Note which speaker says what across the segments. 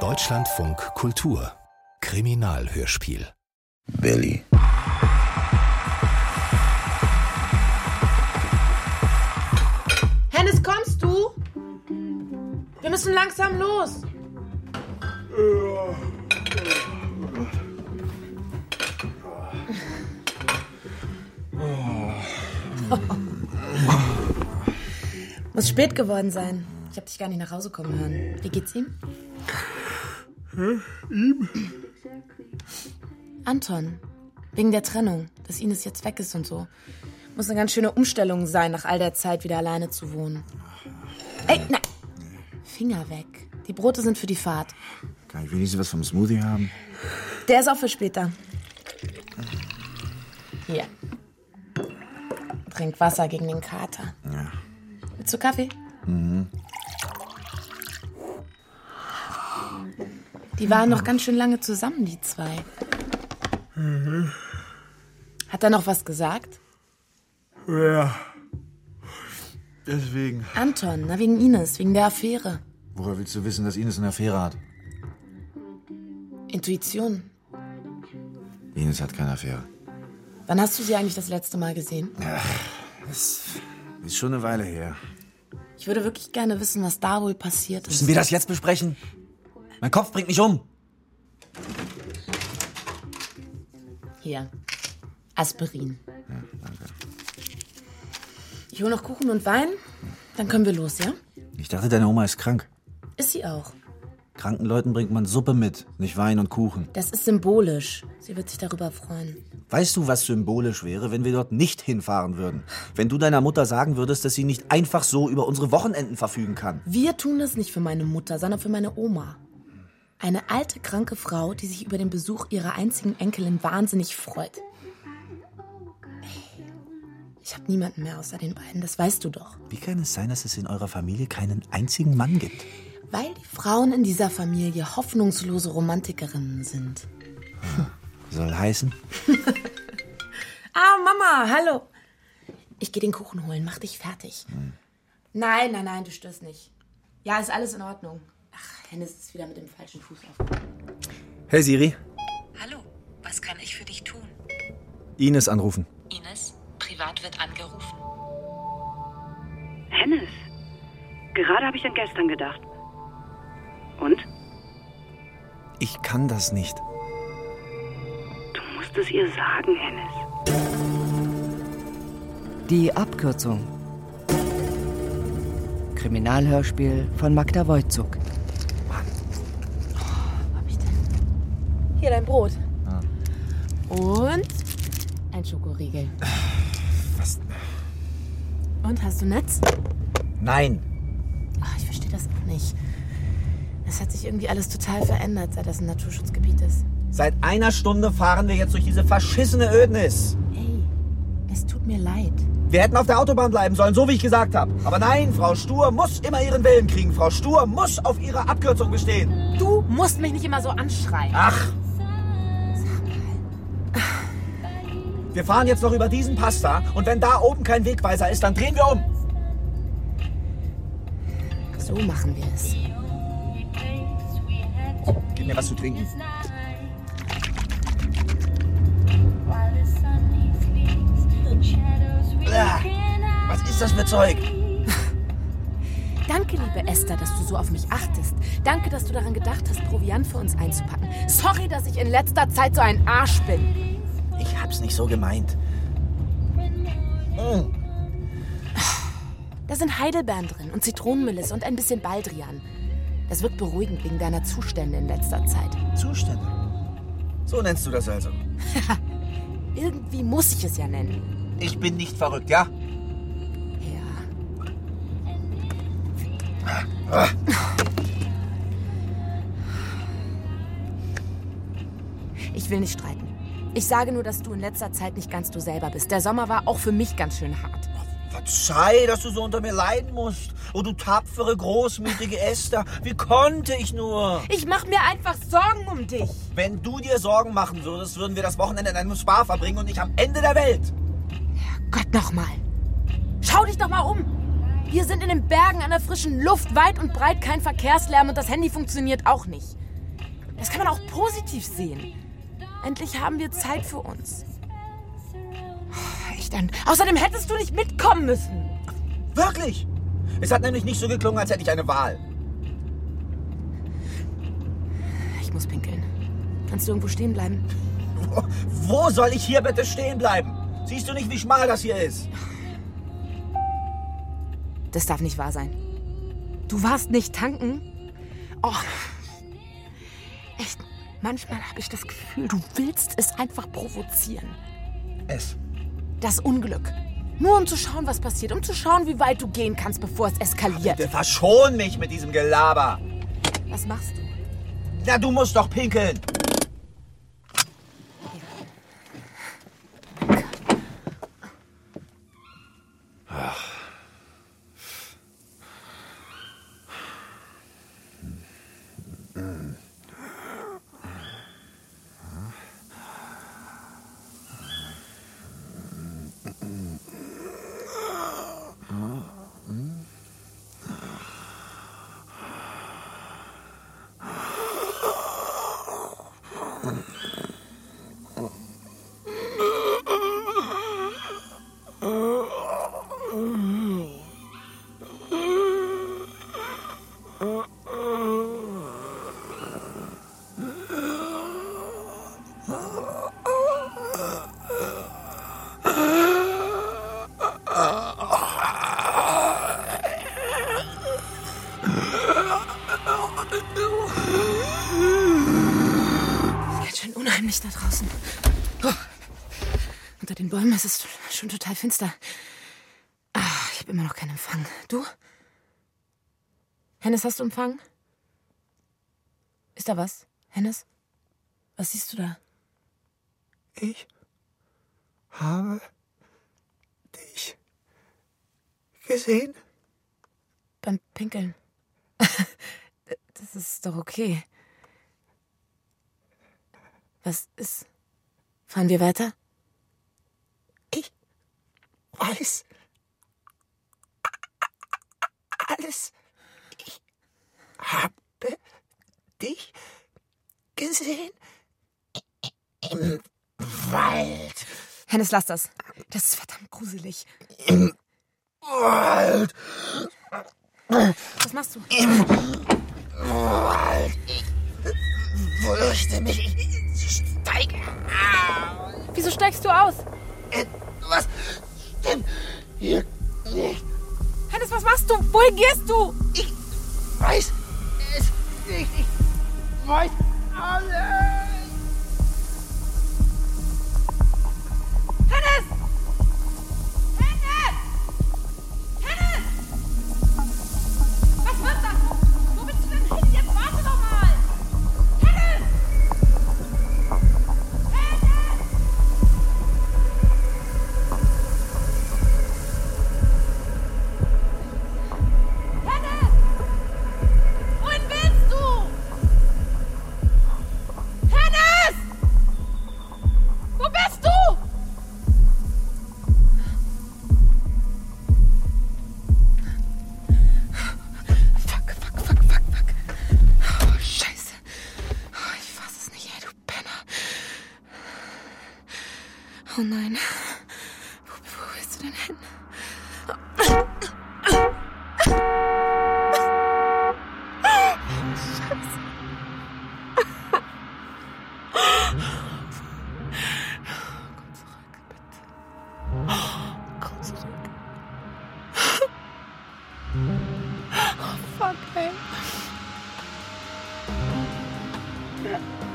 Speaker 1: Deutschlandfunk Kultur Kriminalhörspiel
Speaker 2: Billy.
Speaker 3: Hennes, kommst du? Wir müssen langsam los. Muss spät geworden sein. Ich habe dich gar nicht nach Hause kommen hören. Wie geht's ihm? Anton, wegen der Trennung, dass Ines jetzt weg ist und so. Muss eine ganz schöne Umstellung sein, nach all der Zeit wieder alleine zu wohnen. Ey, nein! Finger weg. Die Brote sind für die Fahrt.
Speaker 2: Kann ich wenigstens was vom Smoothie haben?
Speaker 3: Der ist auch für später. Hier. Trink Wasser gegen den Kater.
Speaker 2: Ja.
Speaker 3: Willst du Kaffee?
Speaker 4: Mhm.
Speaker 3: Die waren noch ganz schön lange zusammen, die zwei. Hat er noch was gesagt?
Speaker 2: Ja. Deswegen.
Speaker 3: Anton, na wegen Ines, wegen der Affäre.
Speaker 2: Woher willst du wissen, dass Ines eine Affäre hat?
Speaker 3: Intuition.
Speaker 2: Ines hat keine Affäre.
Speaker 3: Wann hast du sie eigentlich das letzte Mal gesehen?
Speaker 2: Ist schon eine Weile her.
Speaker 3: Ich würde wirklich gerne wissen, was da wohl passiert ist.
Speaker 4: Müssen wir das jetzt besprechen? Mein Kopf bringt mich um.
Speaker 3: Hier. Aspirin. Ich hole noch Kuchen und Wein, dann können wir los, ja?
Speaker 4: Ich dachte, deine Oma ist krank.
Speaker 3: Ist sie auch.
Speaker 4: Kranken Leuten bringt man Suppe mit, nicht Wein und Kuchen.
Speaker 3: Das ist symbolisch. Sie wird sich darüber freuen.
Speaker 4: Weißt du, was symbolisch wäre, wenn wir dort nicht hinfahren würden? Wenn du deiner Mutter sagen würdest, dass sie nicht einfach so über unsere Wochenenden verfügen kann.
Speaker 3: Wir tun das nicht für meine Mutter, sondern für meine Oma. Eine alte, kranke Frau, die sich über den Besuch ihrer einzigen Enkelin wahnsinnig freut. Ich habe niemanden mehr außer den beiden, das weißt du doch.
Speaker 4: Wie kann es sein, dass es in eurer Familie keinen einzigen Mann gibt?
Speaker 3: Weil die Frauen in dieser Familie hoffnungslose Romantikerinnen sind.
Speaker 4: Soll heißen,
Speaker 3: Ah, Mama, hallo. Ich gehe den Kuchen holen, mach dich fertig. Nein, nein, nein, du störst nicht. Ja, ist alles in Ordnung. Ach, Hennes ist wieder mit dem falschen Fuß auf.
Speaker 5: Hey Siri,
Speaker 6: Hallo, was kann ich für dich tun?
Speaker 5: Ines anrufen.
Speaker 6: Ines, privat wird angerufen.
Speaker 7: Hennes, gerade habe ich an gestern gedacht. Und?
Speaker 5: Ich kann das nicht.
Speaker 7: Du musst es ihr sagen, Hennes.
Speaker 8: Die Abkürzung. Kriminalhörspiel von Magda Wojcik.
Speaker 3: Hier dein Brot. Und ein Schokoriegel.
Speaker 4: was?
Speaker 3: Und hast du Netz?
Speaker 4: Nein.
Speaker 3: Ach, ich verstehe das auch nicht. Es hat sich irgendwie alles total verändert, seit das ein Naturschutzgebiet ist.
Speaker 4: Seit einer Stunde fahren wir jetzt durch diese verschissene Ödnis.
Speaker 3: Hey, es tut mir leid.
Speaker 4: Wir hätten auf der Autobahn bleiben sollen, so wie ich gesagt habe. Aber nein, Frau Stur muss immer ihren Willen kriegen. Frau Stur muss auf ihre Abkürzung bestehen.
Speaker 3: Du musst mich nicht immer so anschreien.
Speaker 4: Ach. Wir fahren jetzt noch über diesen Pass da und wenn da oben kein Wegweiser ist, dann drehen wir um.
Speaker 3: So machen wir es.
Speaker 4: Gib mir was zu trinken. Ah, was ist das für Zeug?
Speaker 3: Danke, liebe Esther, dass du so auf mich achtest. Danke, dass du daran gedacht hast, Proviant für uns einzupacken. Sorry, dass ich in letzter Zeit so ein Arsch bin.
Speaker 4: Ich hab's nicht so gemeint. Mm.
Speaker 3: Da sind Heidelbeeren drin und Zitronenmelisse und ein bisschen Baldrian. Das wirkt beruhigend wegen deiner Zustände in letzter Zeit.
Speaker 4: Zustände. So nennst du das also.
Speaker 3: Irgendwie muss ich es ja nennen.
Speaker 4: Ich bin nicht verrückt, ja?
Speaker 3: Ja. Ich will nicht streiten. Ich sage nur, dass du in letzter Zeit nicht ganz du selber bist. Der Sommer war auch für mich ganz schön hart.
Speaker 4: Verzeih, dass du so unter mir leiden musst. Oh, du tapfere, großmütige Esther. Wie konnte ich nur?
Speaker 3: Ich mach mir einfach Sorgen um dich.
Speaker 4: Wenn du dir Sorgen machen würdest, würden wir das Wochenende in einem Spa verbringen und nicht am Ende der Welt.
Speaker 3: Gott nochmal. Schau dich doch mal um. Wir sind in den Bergen an der frischen Luft, weit und breit kein Verkehrslärm und das Handy funktioniert auch nicht. Das kann man auch positiv sehen. Endlich haben wir Zeit für uns. Echt ein. Außerdem hättest du nicht mitkommen müssen.
Speaker 4: Wirklich? Es hat nämlich nicht so geklungen, als hätte ich eine Wahl.
Speaker 3: Ich muss pinkeln. Kannst du irgendwo stehen bleiben?
Speaker 4: Wo, wo soll ich hier bitte stehen bleiben? Siehst du nicht, wie schmal das hier ist?
Speaker 3: Das darf nicht wahr sein. Du warst nicht tanken? Oh. Echt, manchmal habe ich das Gefühl, du willst es einfach provozieren.
Speaker 4: Es.
Speaker 3: Das Unglück. Nur um zu schauen, was passiert, um zu schauen, wie weit du gehen kannst, bevor es
Speaker 4: Bitte
Speaker 3: eskaliert.
Speaker 4: verschon mich mit diesem Gelaber.
Speaker 3: Was machst du?
Speaker 4: Na, du musst doch pinkeln.
Speaker 3: Ganz schön unheimlich da draußen. Oh. Unter den Bäumen ist es schon total finster. Ah, ich habe immer noch keinen Empfang. Du? Hennes, hast du Empfang? Ist da was? Hennes? Was siehst du da?
Speaker 5: Ich habe dich gesehen.
Speaker 3: Beim Pinkeln. das ist doch okay. Was ist? Fahren wir weiter?
Speaker 5: Weiß. Alles. Ich habe dich gesehen. Im Wald.
Speaker 3: Hennes, lass das. Das ist verdammt gruselig.
Speaker 5: Wald.
Speaker 3: Was machst du?
Speaker 5: Fürchte mich. Steige.
Speaker 3: Wieso steigst du aus?
Speaker 5: Etwas stimmt hier nicht.
Speaker 3: Hennes, was machst du? Wohin gehst du?
Speaker 5: Ich weiß es nicht. Ich weiß alles.
Speaker 9: Was wird das? Wo bist du denn hin? Jetzt warte doch mal! Hennes! Hennes! Hennes! Wohin willst du? Hennes! Wo bist du?
Speaker 3: Fuck, fuck, fuck, fuck, fuck. Oh, scheiße. Oh, ich fass es nicht, ey, du Penner. Oh nein. Wo, wo willst du denn hin?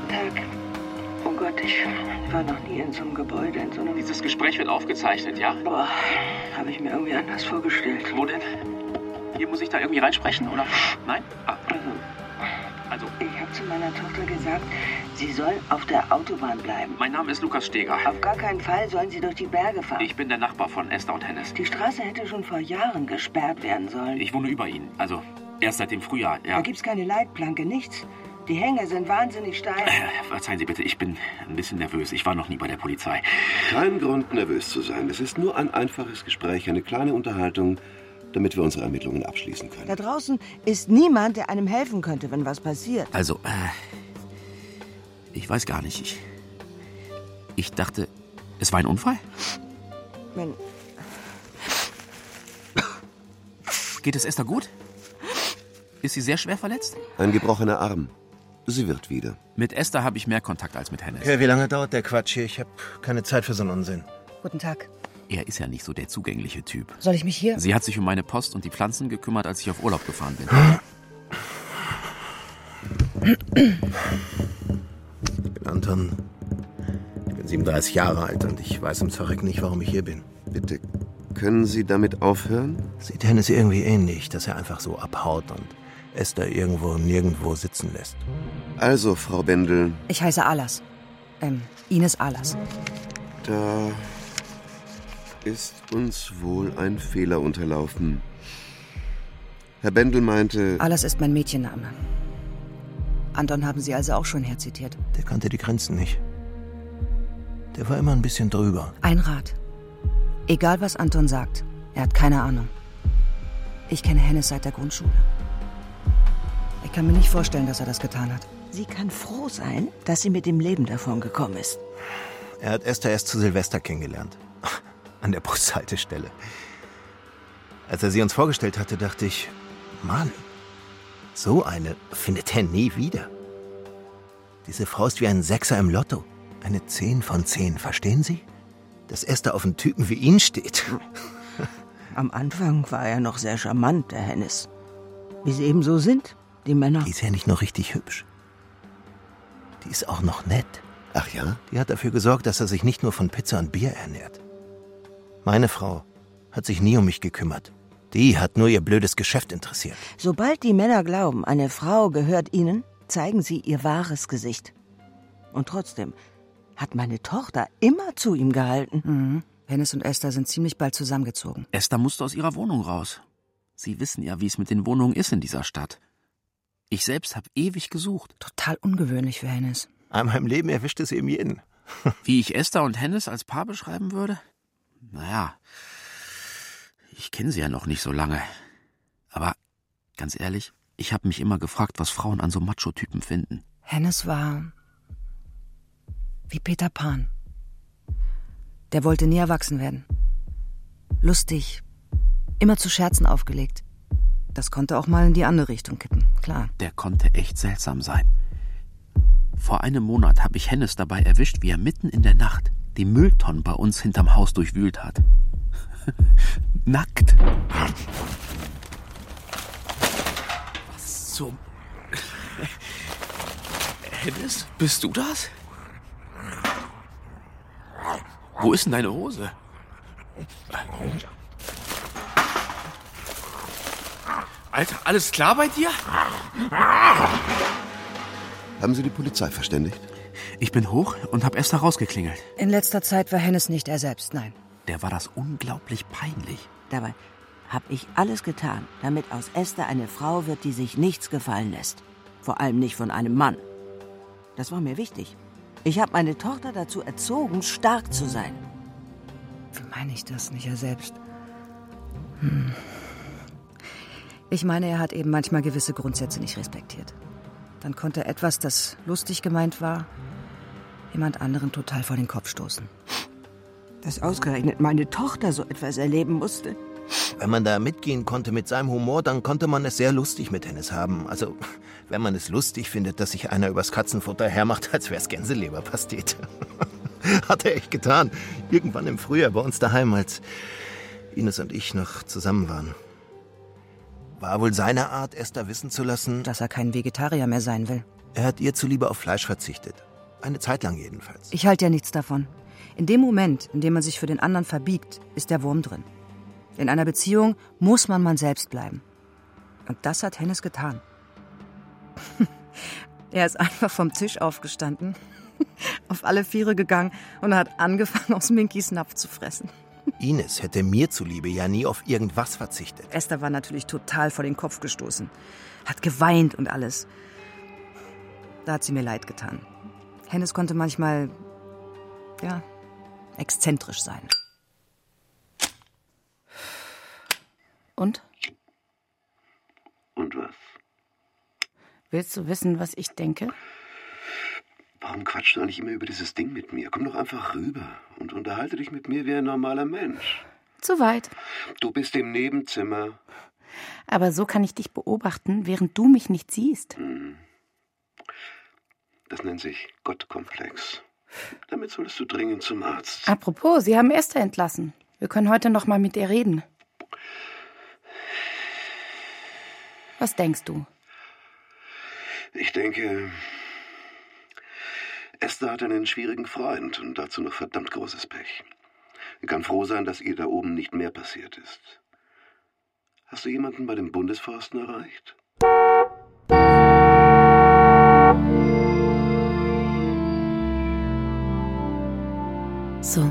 Speaker 10: Tag. Oh Gott, ich war noch nie in so einem Gebäude, in so einem...
Speaker 11: Dieses Gespräch wird aufgezeichnet, ja?
Speaker 10: Boah, habe ich mir irgendwie anders vorgestellt.
Speaker 11: Wo denn? Hier muss ich da irgendwie reinsprechen, oder? Nein? Ah, also,
Speaker 10: Ich habe zu meiner Tochter gesagt, sie soll auf der Autobahn bleiben.
Speaker 11: mein Name ist Lukas Steger.
Speaker 10: Auf gar keinen Fall sollen sie durch die Berge fahren.
Speaker 11: Ich bin der Nachbar von Esther und Hennes.
Speaker 10: Die Straße hätte schon vor Jahren gesperrt werden sollen.
Speaker 11: Ich wohne über ihnen. Also, erst seit dem Frühjahr,
Speaker 10: Da
Speaker 11: ja.
Speaker 10: gibt's keine Leitplanke, nichts. Die Hänger sind wahnsinnig steil.
Speaker 11: Äh, Verzeihen Sie bitte, ich bin ein bisschen nervös. Ich war noch nie bei der Polizei.
Speaker 12: Kein Grund, nervös zu sein. Es ist nur ein einfaches Gespräch, eine kleine Unterhaltung. damit wir unsere Ermittlungen abschließen können.
Speaker 10: Da draußen ist niemand, der einem helfen könnte, wenn was passiert.
Speaker 11: Also, äh, ich weiß gar nicht. Ich, ich dachte, es war ein Unfall.
Speaker 10: Wenn,
Speaker 11: Geht es Esther gut? Ist sie sehr schwer verletzt?
Speaker 12: Ein gebrochener Arm. Sie wird wieder.
Speaker 11: Mit Esther habe ich mehr Kontakt als mit Hennes.
Speaker 13: Hey, wie lange dauert der Quatsch hier? Ich habe keine Zeit für so einen Unsinn.
Speaker 14: Guten Tag.
Speaker 11: Er ist ja nicht so der zugängliche Typ.
Speaker 14: Soll ich mich hier?
Speaker 11: Sie hat sich um meine Post und die Pflanzen gekümmert, als ich auf Urlaub gefahren bin.
Speaker 13: Ich bin Anton. Ich bin 37 Jahre alt und ich weiß im Verreck nicht, warum ich hier bin.
Speaker 12: Bitte, können Sie damit aufhören?
Speaker 13: Sieht Hennes irgendwie ähnlich, dass er einfach so abhaut und Esther irgendwo nirgendwo sitzen lässt.
Speaker 12: Also, Frau Bendel,
Speaker 14: Ich heiße Alas. Ähm, Ines Alas.
Speaker 12: da ist uns wohl ein Fehler unterlaufen. Herr Bendel meinte,
Speaker 14: Alas ist mein Mädchenname. Anton haben Sie also auch schon herzitiert.
Speaker 13: Der kannte die Grenzen nicht. Der war immer ein bisschen drüber.
Speaker 14: Ein Rat. Egal, was Anton sagt, er hat keine Ahnung. Ich kenne Hennes seit der Grundschule. Ich kann mir nicht vorstellen, dass er das getan hat.
Speaker 10: Sie kann froh sein, dass sie mit dem Leben davon gekommen ist.
Speaker 13: Er hat Esther erst zu Silvester kennengelernt. An der Bushaltestelle. Als er sie uns vorgestellt hatte, dachte ich, Mann, so eine findet er nie wieder. Diese Frau ist wie ein Sechser im Lotto. Eine Zehn von Zehn, verstehen Sie? Dass Esther auf einen Typen wie ihn steht.
Speaker 10: Am Anfang war er noch sehr charmant, der Hennis. Wie sie eben so sind, die Männer.
Speaker 13: Die ist ja nicht nur richtig hübsch. Die ist auch noch nett.
Speaker 12: Ach ja?
Speaker 13: Die hat dafür gesorgt, dass er sich nicht nur von Pizza und Bier ernährt. Meine Frau hat sich nie um mich gekümmert. Die hat nur ihr blödes Geschäft interessiert.
Speaker 10: Sobald die Männer glauben, eine Frau gehört ihnen, zeigen sie ihr wahres Gesicht. Und trotzdem hat meine Tochter immer zu ihm gehalten.
Speaker 14: Mhm. Hennes und Esther sind ziemlich bald zusammengezogen.
Speaker 11: Esther musste aus ihrer Wohnung raus. Sie wissen ja, wie es mit den Wohnungen ist in dieser Stadt. Ich selbst habe ewig gesucht.
Speaker 14: Total ungewöhnlich für Hennes.
Speaker 13: Einmal im Leben erwischt es eben jeden.
Speaker 11: Wie ich Esther und Hennes als Paar beschreiben würde? Naja, ich kenne sie ja noch nicht so lange. Aber ganz ehrlich, ich habe mich immer gefragt, was Frauen an so Macho-Typen finden.
Speaker 14: Hennes war wie Peter Pan. Der wollte nie erwachsen werden. Lustig, immer zu Scherzen aufgelegt. Das konnte auch mal in die andere Richtung kippen, klar.
Speaker 11: Der konnte echt seltsam sein. Vor einem Monat habe ich Hennes dabei erwischt, wie er mitten in der Nacht die Mülltonnen bei uns hinterm Haus durchwühlt hat. Nackt. Was zum... Hennes, bist du das? Wo ist denn deine Hose? Alter, alles klar bei dir?
Speaker 12: haben Sie die Polizei verständigt?
Speaker 11: Ich bin hoch und habe Esther rausgeklingelt.
Speaker 14: In letzter Zeit war Hennes nicht er selbst, nein.
Speaker 11: Der war das unglaublich peinlich.
Speaker 10: Dabei habe ich alles getan, damit aus Esther eine Frau wird, die sich nichts gefallen lässt. Vor allem nicht von einem Mann. Das war mir wichtig. Ich habe meine Tochter dazu erzogen, stark zu sein.
Speaker 14: Wie meine ich das? Nicht er selbst. Hm. Ich meine, er hat eben manchmal gewisse Grundsätze nicht respektiert. Dann konnte etwas, das lustig gemeint war, jemand anderen total vor den Kopf stoßen.
Speaker 10: Dass ausgerechnet meine Tochter so etwas erleben musste.
Speaker 13: Wenn man da mitgehen konnte mit seinem Humor, dann konnte man es sehr lustig mit Hennes haben. Also, wenn man es lustig findet, dass sich einer übers Katzenfutter hermacht, als wär's Gänseleberpastete. Hat er echt getan. Irgendwann im Frühjahr bei uns daheim, als Ines und ich noch zusammen waren. War wohl seine Art, Esther wissen zu lassen,
Speaker 14: dass er kein Vegetarier mehr sein will.
Speaker 13: Er hat ihr zuliebe auf Fleisch verzichtet. Eine Zeit lang jedenfalls.
Speaker 14: Ich halte ja nichts davon. In dem Moment, in dem man sich für den anderen verbiegt, ist der Wurm drin. In einer Beziehung muss man man selbst bleiben. Und das hat Hennes getan. er ist einfach vom Tisch aufgestanden, auf alle Viere gegangen und hat angefangen, aus Minkys Napf zu fressen.
Speaker 13: Ines hätte mir zuliebe ja nie auf irgendwas verzichtet.
Speaker 14: Esther war natürlich total vor den Kopf gestoßen, hat geweint und alles. Da hat sie mir leid getan. Hennes konnte manchmal, ja, exzentrisch sein.
Speaker 15: Und?
Speaker 12: Und was?
Speaker 15: Willst du wissen, was ich denke?
Speaker 12: Warum quatschst du eigentlich immer über dieses Ding mit mir? Komm doch einfach rüber und unterhalte dich mit mir wie ein normaler Mensch.
Speaker 15: Zu weit.
Speaker 12: Du bist im Nebenzimmer.
Speaker 15: Aber so kann ich dich beobachten, während du mich nicht siehst.
Speaker 12: Hm. Das nennt sich Gottkomplex. Damit solltest du dringend zum Arzt.
Speaker 15: Apropos, sie haben Esther entlassen. Wir können heute noch mal mit ihr reden. Was denkst du?
Speaker 12: Ich denke, Esther hat einen schwierigen Freund und dazu noch verdammt großes Pech. Sie kann froh sein, dass ihr da oben nicht mehr passiert ist. Hast du jemanden bei dem Bundesforsten erreicht?
Speaker 16: So.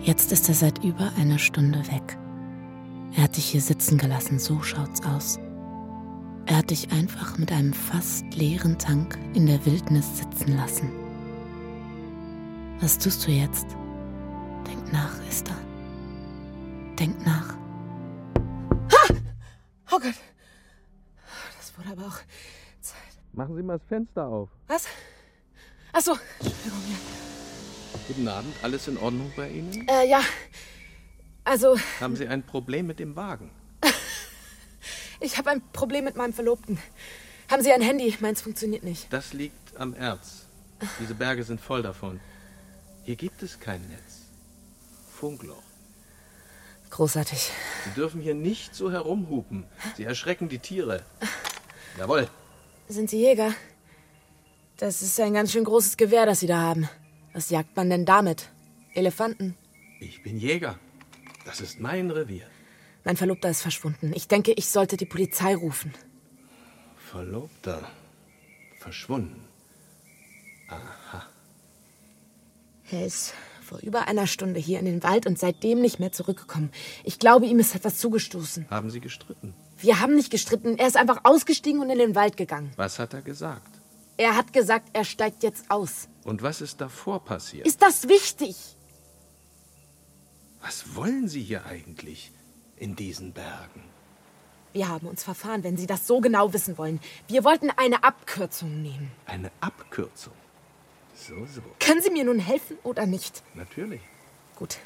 Speaker 16: Jetzt ist er seit über einer Stunde weg. Er hat dich hier sitzen gelassen, so schaut's aus. Er hat dich einfach mit einem fast leeren Tank in der Wildnis sitzen lassen. Was tust du jetzt? Denk nach, Esther. Denk nach.
Speaker 3: Ha! Oh Gott. Das wurde aber auch Zeit.
Speaker 17: Machen Sie mal das Fenster auf.
Speaker 3: Was? Achso, Entschuldigung, ja.
Speaker 17: Guten Abend, alles in Ordnung bei Ihnen?
Speaker 3: Äh, ja. Also,
Speaker 17: Haben Sie ein Problem mit dem Wagen?
Speaker 3: ich habe ein Problem mit meinem Verlobten. Haben Sie ein Handy? Meins funktioniert nicht.
Speaker 17: Das liegt am Erz. Diese Berge sind voll davon. Hier gibt es kein Netz. Funkloch.
Speaker 3: Großartig.
Speaker 17: Sie dürfen hier nicht so herumhupen. Sie erschrecken die Tiere. Jawohl.
Speaker 3: Sind Sie Jäger? Das ist ein ganz schön großes Gewehr, das Sie da haben. Was jagt man denn damit? Elefanten?
Speaker 17: Ich bin Jäger. Das ist mein Revier.
Speaker 3: Mein Verlobter ist verschwunden. Ich denke, ich sollte die Polizei rufen.
Speaker 17: Verlobter. Verschwunden. Aha.
Speaker 3: Er ist vor über einer Stunde hier in den Wald und seitdem nicht mehr zurückgekommen. Ich glaube, ihm ist etwas zugestoßen.
Speaker 17: Haben Sie gestritten?
Speaker 3: Wir haben nicht gestritten. Er ist einfach ausgestiegen und in den Wald gegangen.
Speaker 17: Was hat er gesagt?
Speaker 3: Er hat gesagt, er steigt jetzt aus.
Speaker 17: Und was ist davor passiert?
Speaker 3: Ist das wichtig?
Speaker 17: Was wollen Sie hier eigentlich in diesen Bergen?
Speaker 3: Wir haben uns verfahren, wenn Sie das so genau wissen wollen. Wir wollten eine Abkürzung nehmen.
Speaker 17: Eine Abkürzung. So, so.
Speaker 3: Können Sie mir nun helfen oder nicht?
Speaker 17: Natürlich.
Speaker 3: Gut.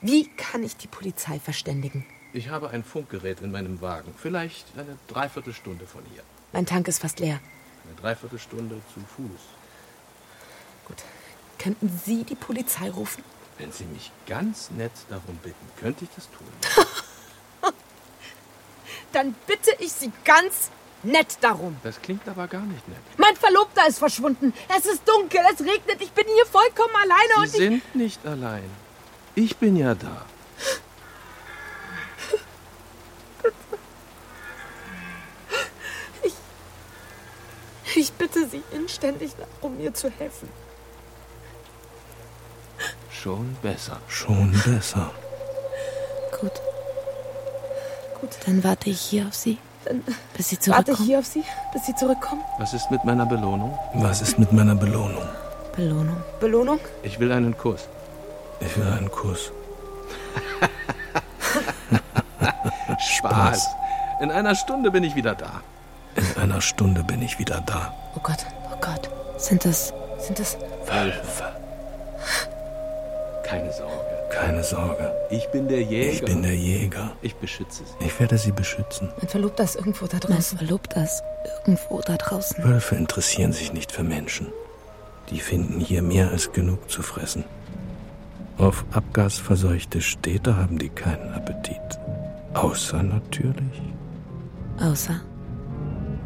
Speaker 3: Wie kann ich die Polizei verständigen?
Speaker 17: Ich habe ein Funkgerät in meinem Wagen. Vielleicht eine Dreiviertelstunde von hier.
Speaker 3: Mein Tank ist fast leer.
Speaker 17: Eine Dreiviertelstunde zu Fuß.
Speaker 3: Könnten Sie die Polizei rufen?
Speaker 17: Wenn Sie mich ganz nett darum bitten, könnte ich das tun.
Speaker 3: Dann bitte ich Sie ganz nett darum.
Speaker 17: Das klingt aber gar nicht nett.
Speaker 3: Mein Verlobter ist verschwunden. Es ist dunkel, es regnet. Ich bin hier vollkommen alleine und
Speaker 17: Sie sind nicht allein. Ich bin ja da.
Speaker 3: ich. Ich bitte Sie inständig darum, mir zu helfen.
Speaker 17: Schon besser. Schon besser.
Speaker 16: Gut. Gut. Dann warte ich hier auf Sie,
Speaker 3: Dann
Speaker 16: bis Sie
Speaker 3: warte
Speaker 16: zurückkommen.
Speaker 3: ich hier auf Sie, bis Sie zurückkommen.
Speaker 17: Was ist mit meiner Belohnung? Was ist mit meiner Belohnung?
Speaker 16: Belohnung.
Speaker 3: Belohnung?
Speaker 17: Ich will einen Kuss. Ich will einen Kuss. Spaß. In einer Stunde bin ich wieder da. In einer Stunde bin ich wieder da.
Speaker 16: Oh Gott, oh Gott. Sind das.
Speaker 3: Sind das.
Speaker 17: Wölfe. Keine Sorge. Keine Sorge. Ich bin der Jäger. Ich bin der Jäger. Ich beschütze sie.
Speaker 18: Ich werde sie beschützen.
Speaker 3: Mein Verlobter ist irgendwo da
Speaker 16: draußen. Mein Verlobter ist irgendwo da draußen.
Speaker 18: Wölfe interessieren sich nicht für Menschen. Die finden hier mehr als genug zu fressen. Auf abgasverseuchte Städte haben die keinen Appetit. Außer natürlich,
Speaker 16: Außer.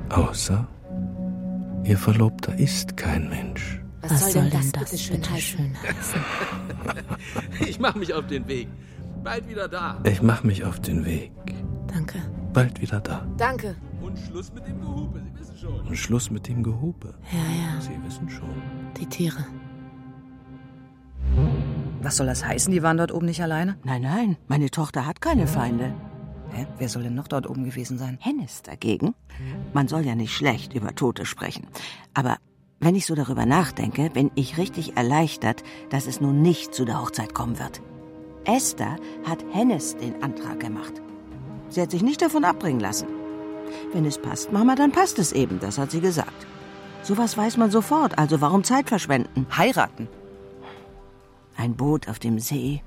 Speaker 18: außer ihr Verlobter ist kein Mensch.
Speaker 16: Was, soll, denn das, bitte schön heißen?
Speaker 17: Ich mache mich auf den Weg. Bald wieder da.
Speaker 18: Ich mache mich auf den Weg.
Speaker 16: Danke.
Speaker 18: Bald wieder da.
Speaker 3: Danke.
Speaker 17: Und Schluss mit dem Gehupe, Sie wissen schon.
Speaker 18: Und Schluss mit dem Gehupe.
Speaker 16: Ja, ja.
Speaker 18: Sie wissen schon.
Speaker 16: Die Tiere.
Speaker 14: Was soll das heißen? Die waren dort oben nicht alleine?
Speaker 10: Nein, nein, meine Tochter hat keine Feinde.
Speaker 14: Hä? Wer soll denn noch dort oben gewesen sein?
Speaker 10: Hennis dagegen? Man soll ja nicht schlecht über Tote sprechen. Aber wenn ich so darüber nachdenke, bin ich richtig erleichtert, dass es nun nicht zu der Hochzeit kommen wird. Esther hat Hennes den Antrag gemacht. Sie hat sich nicht davon abbringen lassen. Wenn es passt, Mama, dann passt es eben, das hat sie gesagt. Sowas weiß man sofort, also warum Zeit verschwenden? Heiraten. Ein Boot auf dem See,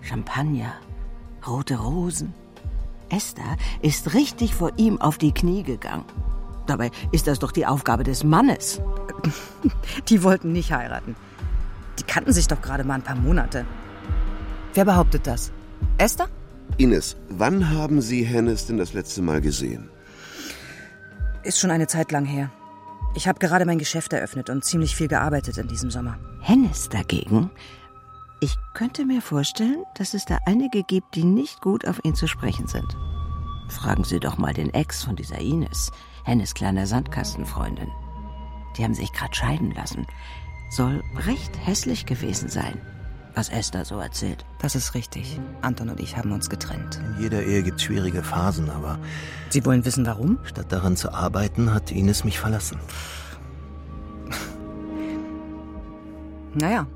Speaker 10: Champagner, rote Rosen. Esther ist richtig vor ihm auf die Knie gegangen. Dabei ist das doch die Aufgabe des Mannes.
Speaker 14: Die wollten nicht heiraten. Die kannten sich doch gerade mal ein paar Monate. Wer behauptet das? Esther?
Speaker 12: Ines, wann haben Sie Hennes denn das letzte Mal gesehen?
Speaker 14: Ist schon eine Zeit lang her. Ich habe gerade mein Geschäft eröffnet und ziemlich viel gearbeitet in diesem Sommer.
Speaker 10: Hennes dagegen? Ich könnte mir vorstellen, dass es da einige gibt, die nicht gut auf ihn zu sprechen sind. Fragen Sie doch mal den Ex von dieser Ines, Hennes kleiner Sandkastenfreundin. Die haben sich gerade scheiden lassen. Soll recht hässlich gewesen sein, was Esther so erzählt.
Speaker 14: Das ist richtig. Anton und ich haben uns getrennt.
Speaker 13: In jeder Ehe gibt es schwierige Phasen, aber.
Speaker 14: Sie wollen wissen, warum?
Speaker 13: Statt daran zu arbeiten, hat Ines mich verlassen.
Speaker 14: Naja,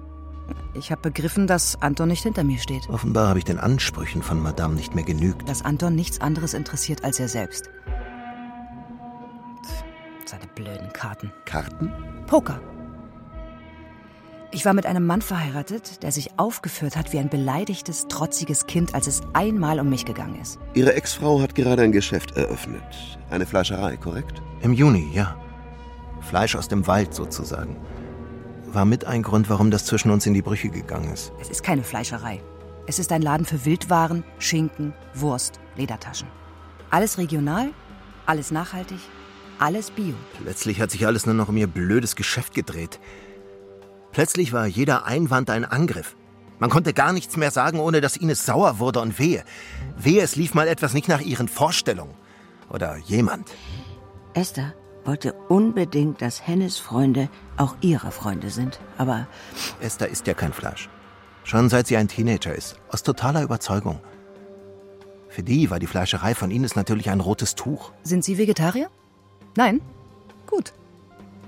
Speaker 14: ich habe begriffen, dass Anton nicht hinter mir steht.
Speaker 10: Oh.
Speaker 13: Offenbar habe ich den Ansprüchen von Madame nicht mehr genügt.
Speaker 14: Dass Anton nichts anderes interessiert als er selbst. Pff, Seine blöden Karten.
Speaker 12: Karten?
Speaker 14: Poker. Ich war mit einem Mann verheiratet, der sich aufgeführt hat wie ein beleidigtes, trotziges Kind, als es einmal um mich gegangen ist.
Speaker 12: Ihre Ex-Frau hat gerade ein Geschäft eröffnet. Eine Fleischerei, korrekt?
Speaker 13: Im Juni, ja. Fleisch aus dem Wald sozusagen. War mit ein Grund, warum das zwischen uns in die Brüche gegangen ist.
Speaker 14: Es ist keine Fleischerei. Es ist ein Laden für Wildwaren, Schinken, Wurst, Ledertaschen. Alles regional, alles nachhaltig, alles bio.
Speaker 13: Plötzlich hat sich alles nur noch um ihr blödes Geschäft gedreht. Plötzlich war jeder Einwand ein Angriff. Man konnte gar nichts mehr sagen, ohne dass Ines sauer wurde und wehe. Wehe, es lief mal etwas nicht nach ihren Vorstellungen. Oder jemand.
Speaker 10: Esther wollte unbedingt, dass Hennes Freunde auch ihre Freunde sind. Aber
Speaker 13: Esther isst ja kein Fleisch. Schon seit sie ein Teenager ist. Aus totaler Überzeugung. Für die war die Fleischerei von Ines natürlich ein rotes Tuch.
Speaker 14: Sind Sie Vegetarier? Nein? Gut.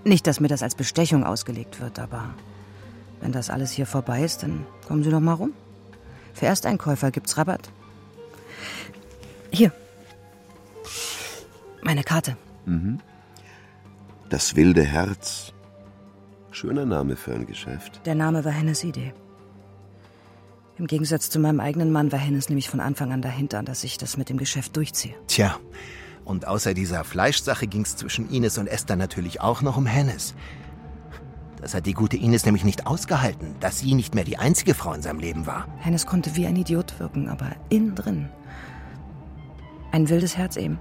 Speaker 14: Nicht, dass mir das als Bestechung ausgelegt wird, aber wenn das alles hier vorbei ist, dann kommen Sie doch mal rum. Für Ersteinkäufer gibt's Rabatt. Hier. Meine Karte.
Speaker 12: Mhm. Das wilde Herz. Schöner Name für ein Geschäft.
Speaker 14: Der Name war Hennes Idee. Im Gegensatz zu meinem eigenen Mann war Hennes nämlich von Anfang an dahinter, dass ich das mit dem Geschäft durchziehe.
Speaker 13: Tja, und außer dieser Fleischsache ging es zwischen Ines und Esther natürlich auch noch um Hennes. Das hat die gute Ines nämlich nicht ausgehalten, dass sie nicht mehr die einzige Frau in seinem Leben war.
Speaker 14: Hennes konnte wie ein Idiot wirken, aber innen drin. Ein wildes Herz eben.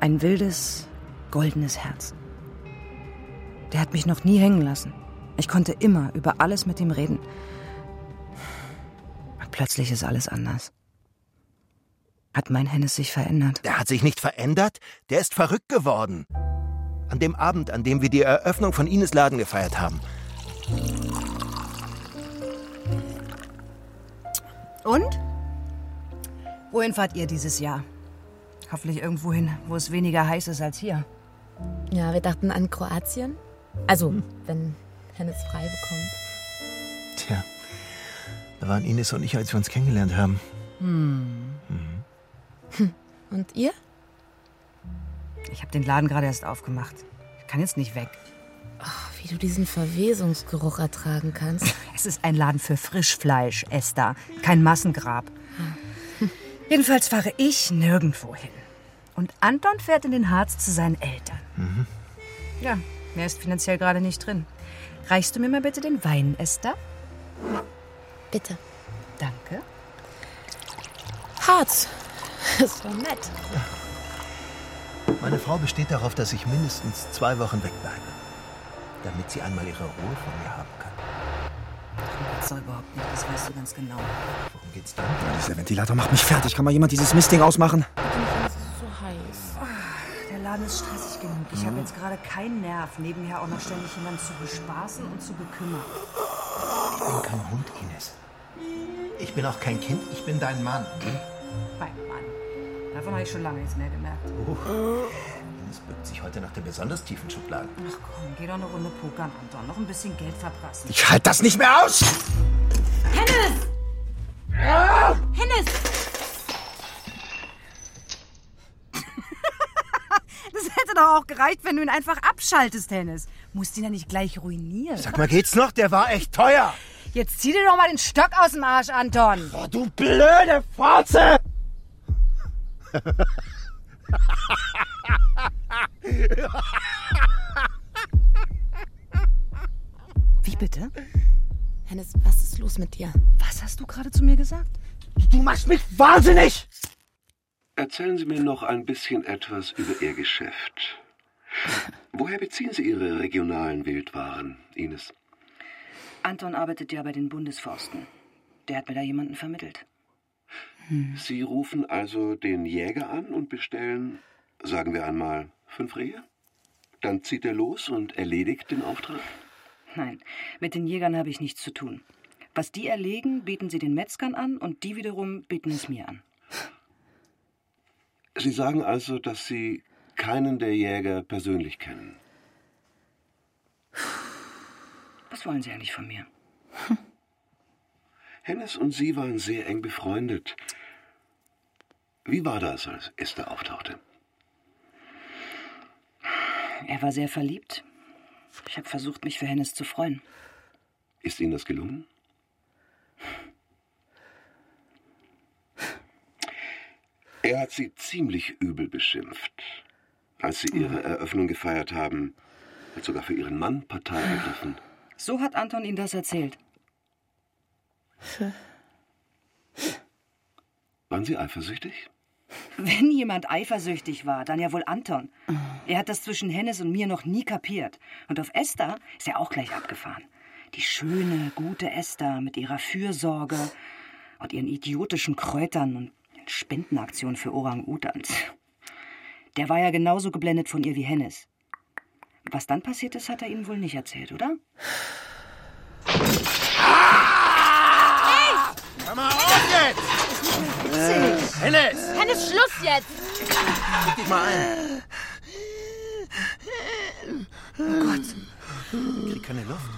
Speaker 14: Ein wildes, goldenes Herz. Der hat mich noch nie hängen lassen. Ich konnte immer über alles mit ihm reden. Und plötzlich ist alles anders. Hat mein Hennes sich verändert?
Speaker 13: Der hat sich nicht verändert, der ist verrückt geworden. An dem Abend, an dem wir die Eröffnung von Ines Laden gefeiert haben.
Speaker 14: Und? Wohin fahrt ihr dieses Jahr? Hoffentlich irgendwohin, wo es weniger heiß ist als hier.
Speaker 3: Ja, wir dachten an Kroatien. Also,
Speaker 5: Hm.
Speaker 3: wenn Hennes frei bekommt.
Speaker 13: Tja, da waren Ines und ich, als wir uns kennengelernt haben.
Speaker 14: Hm.
Speaker 13: Mhm.
Speaker 3: Hm. Und ihr?
Speaker 14: Ich habe den Laden gerade erst aufgemacht. Ich kann jetzt nicht weg.
Speaker 3: Ach, wie du diesen Verwesungsgeruch ertragen kannst.
Speaker 14: Es ist ein Laden für Frischfleisch, Esther. Kein Massengrab.
Speaker 3: Hm.
Speaker 14: Jedenfalls fahre ich nirgendwo hin. Und Anton fährt in den Harz zu seinen Eltern.
Speaker 13: Mhm.
Speaker 14: Ja, mehr ist finanziell gerade nicht drin. Reichst du mir mal bitte den Wein, Esther?
Speaker 3: Bitte.
Speaker 14: Danke.
Speaker 3: Harz. Das war nett.
Speaker 13: Meine Frau besteht darauf, dass ich mindestens zwei Wochen wegbleibe. Damit sie einmal ihre Ruhe von mir haben kann.
Speaker 14: Das soll überhaupt nicht, das weißt du ganz genau.
Speaker 13: Worum geht's dann?
Speaker 4: Dieser Ventilator macht mich fertig. Kann mal jemand dieses Mistding ausmachen?
Speaker 3: Es ist so heiß.
Speaker 14: Ah, Der Laden ist stressig genug. Ich habe jetzt gerade keinen Nerv, nebenher auch noch ständig jemanden zu bespaßen und zu bekümmern.
Speaker 13: Ich bin kein Hund, Ines. Ich bin auch kein Kind, ich bin dein Mann.
Speaker 14: Mein Mann. Davon habe ich schon lange nichts mehr gemerkt.
Speaker 13: Ines bückt sich heute nach der besonders tiefen Schublade.
Speaker 14: Ach komm, geh doch eine Runde pokern, Anton. Noch ein bisschen Geld verprassen.
Speaker 4: Ich
Speaker 13: halt
Speaker 4: halte das nicht mehr aus!
Speaker 19: Hennes! Hennes!
Speaker 5: Das hätte doch auch gereicht, wenn du ihn einfach abschaltest, Hennis. Musst ihn ja nicht gleich ruinieren.
Speaker 13: Sag mal, geht's noch? Der war echt teuer.
Speaker 5: Jetzt zieh dir doch mal den Stock aus dem Arsch, Anton.
Speaker 13: Oh, du blöde Fotze!
Speaker 5: Wie bitte?
Speaker 3: Hennes, was ist los mit dir?
Speaker 5: Was hast du gerade zu mir gesagt?
Speaker 13: Du machst mich wahnsinnig!
Speaker 12: Erzählen Sie mir noch ein bisschen etwas über Ihr Geschäft. Woher beziehen Sie Ihre regionalen Wildwaren, Ines?
Speaker 14: Anton arbeitet ja bei den Bundesforsten. Der hat mir da jemanden vermittelt.
Speaker 13: Hm.
Speaker 12: Sie rufen also den Jäger an und bestellen, sagen wir einmal, fünf Rehe? Dann zieht er los und erledigt den Auftrag?
Speaker 14: Nein, mit den Jägern habe ich nichts zu tun. Was die erlegen, bieten sie den Metzgern an und die wiederum bieten es mir an.
Speaker 12: Sie sagen also, dass Sie keinen der Jäger persönlich kennen.
Speaker 14: Was wollen Sie eigentlich von mir?
Speaker 12: Hennes und Sie waren sehr eng befreundet. Wie war das, als Esther auftauchte?
Speaker 14: Er war sehr verliebt. Ich habe versucht, mich für Hennes zu freuen.
Speaker 12: Ist Ihnen das gelungen? Er hat sie ziemlich übel beschimpft. Als sie ihre Eröffnung gefeiert haben, hat sogar für ihren Mann Partei ergriffen.
Speaker 14: So hat Anton Ihnen das erzählt.
Speaker 12: Waren Sie eifersüchtig?
Speaker 14: Wenn jemand eifersüchtig war, dann ja wohl Anton. Er hat das zwischen Hennes und mir noch nie kapiert. Und auf Esther ist er auch gleich abgefahren. Die schöne, gute Esther mit ihrer Fürsorge und ihren idiotischen Kräutern und den Spendenaktionen für Orang-Utans. Der war ja genauso geblendet von ihr wie Hennes. Was dann passiert ist, hat er Ihnen wohl nicht erzählt, oder?
Speaker 13: Hör mal auf jetzt! Hennes!
Speaker 20: Hennes, Schluss jetzt!
Speaker 13: Guck dich mal ein.
Speaker 3: Oh Gott.
Speaker 13: Ich krieg keine Luft.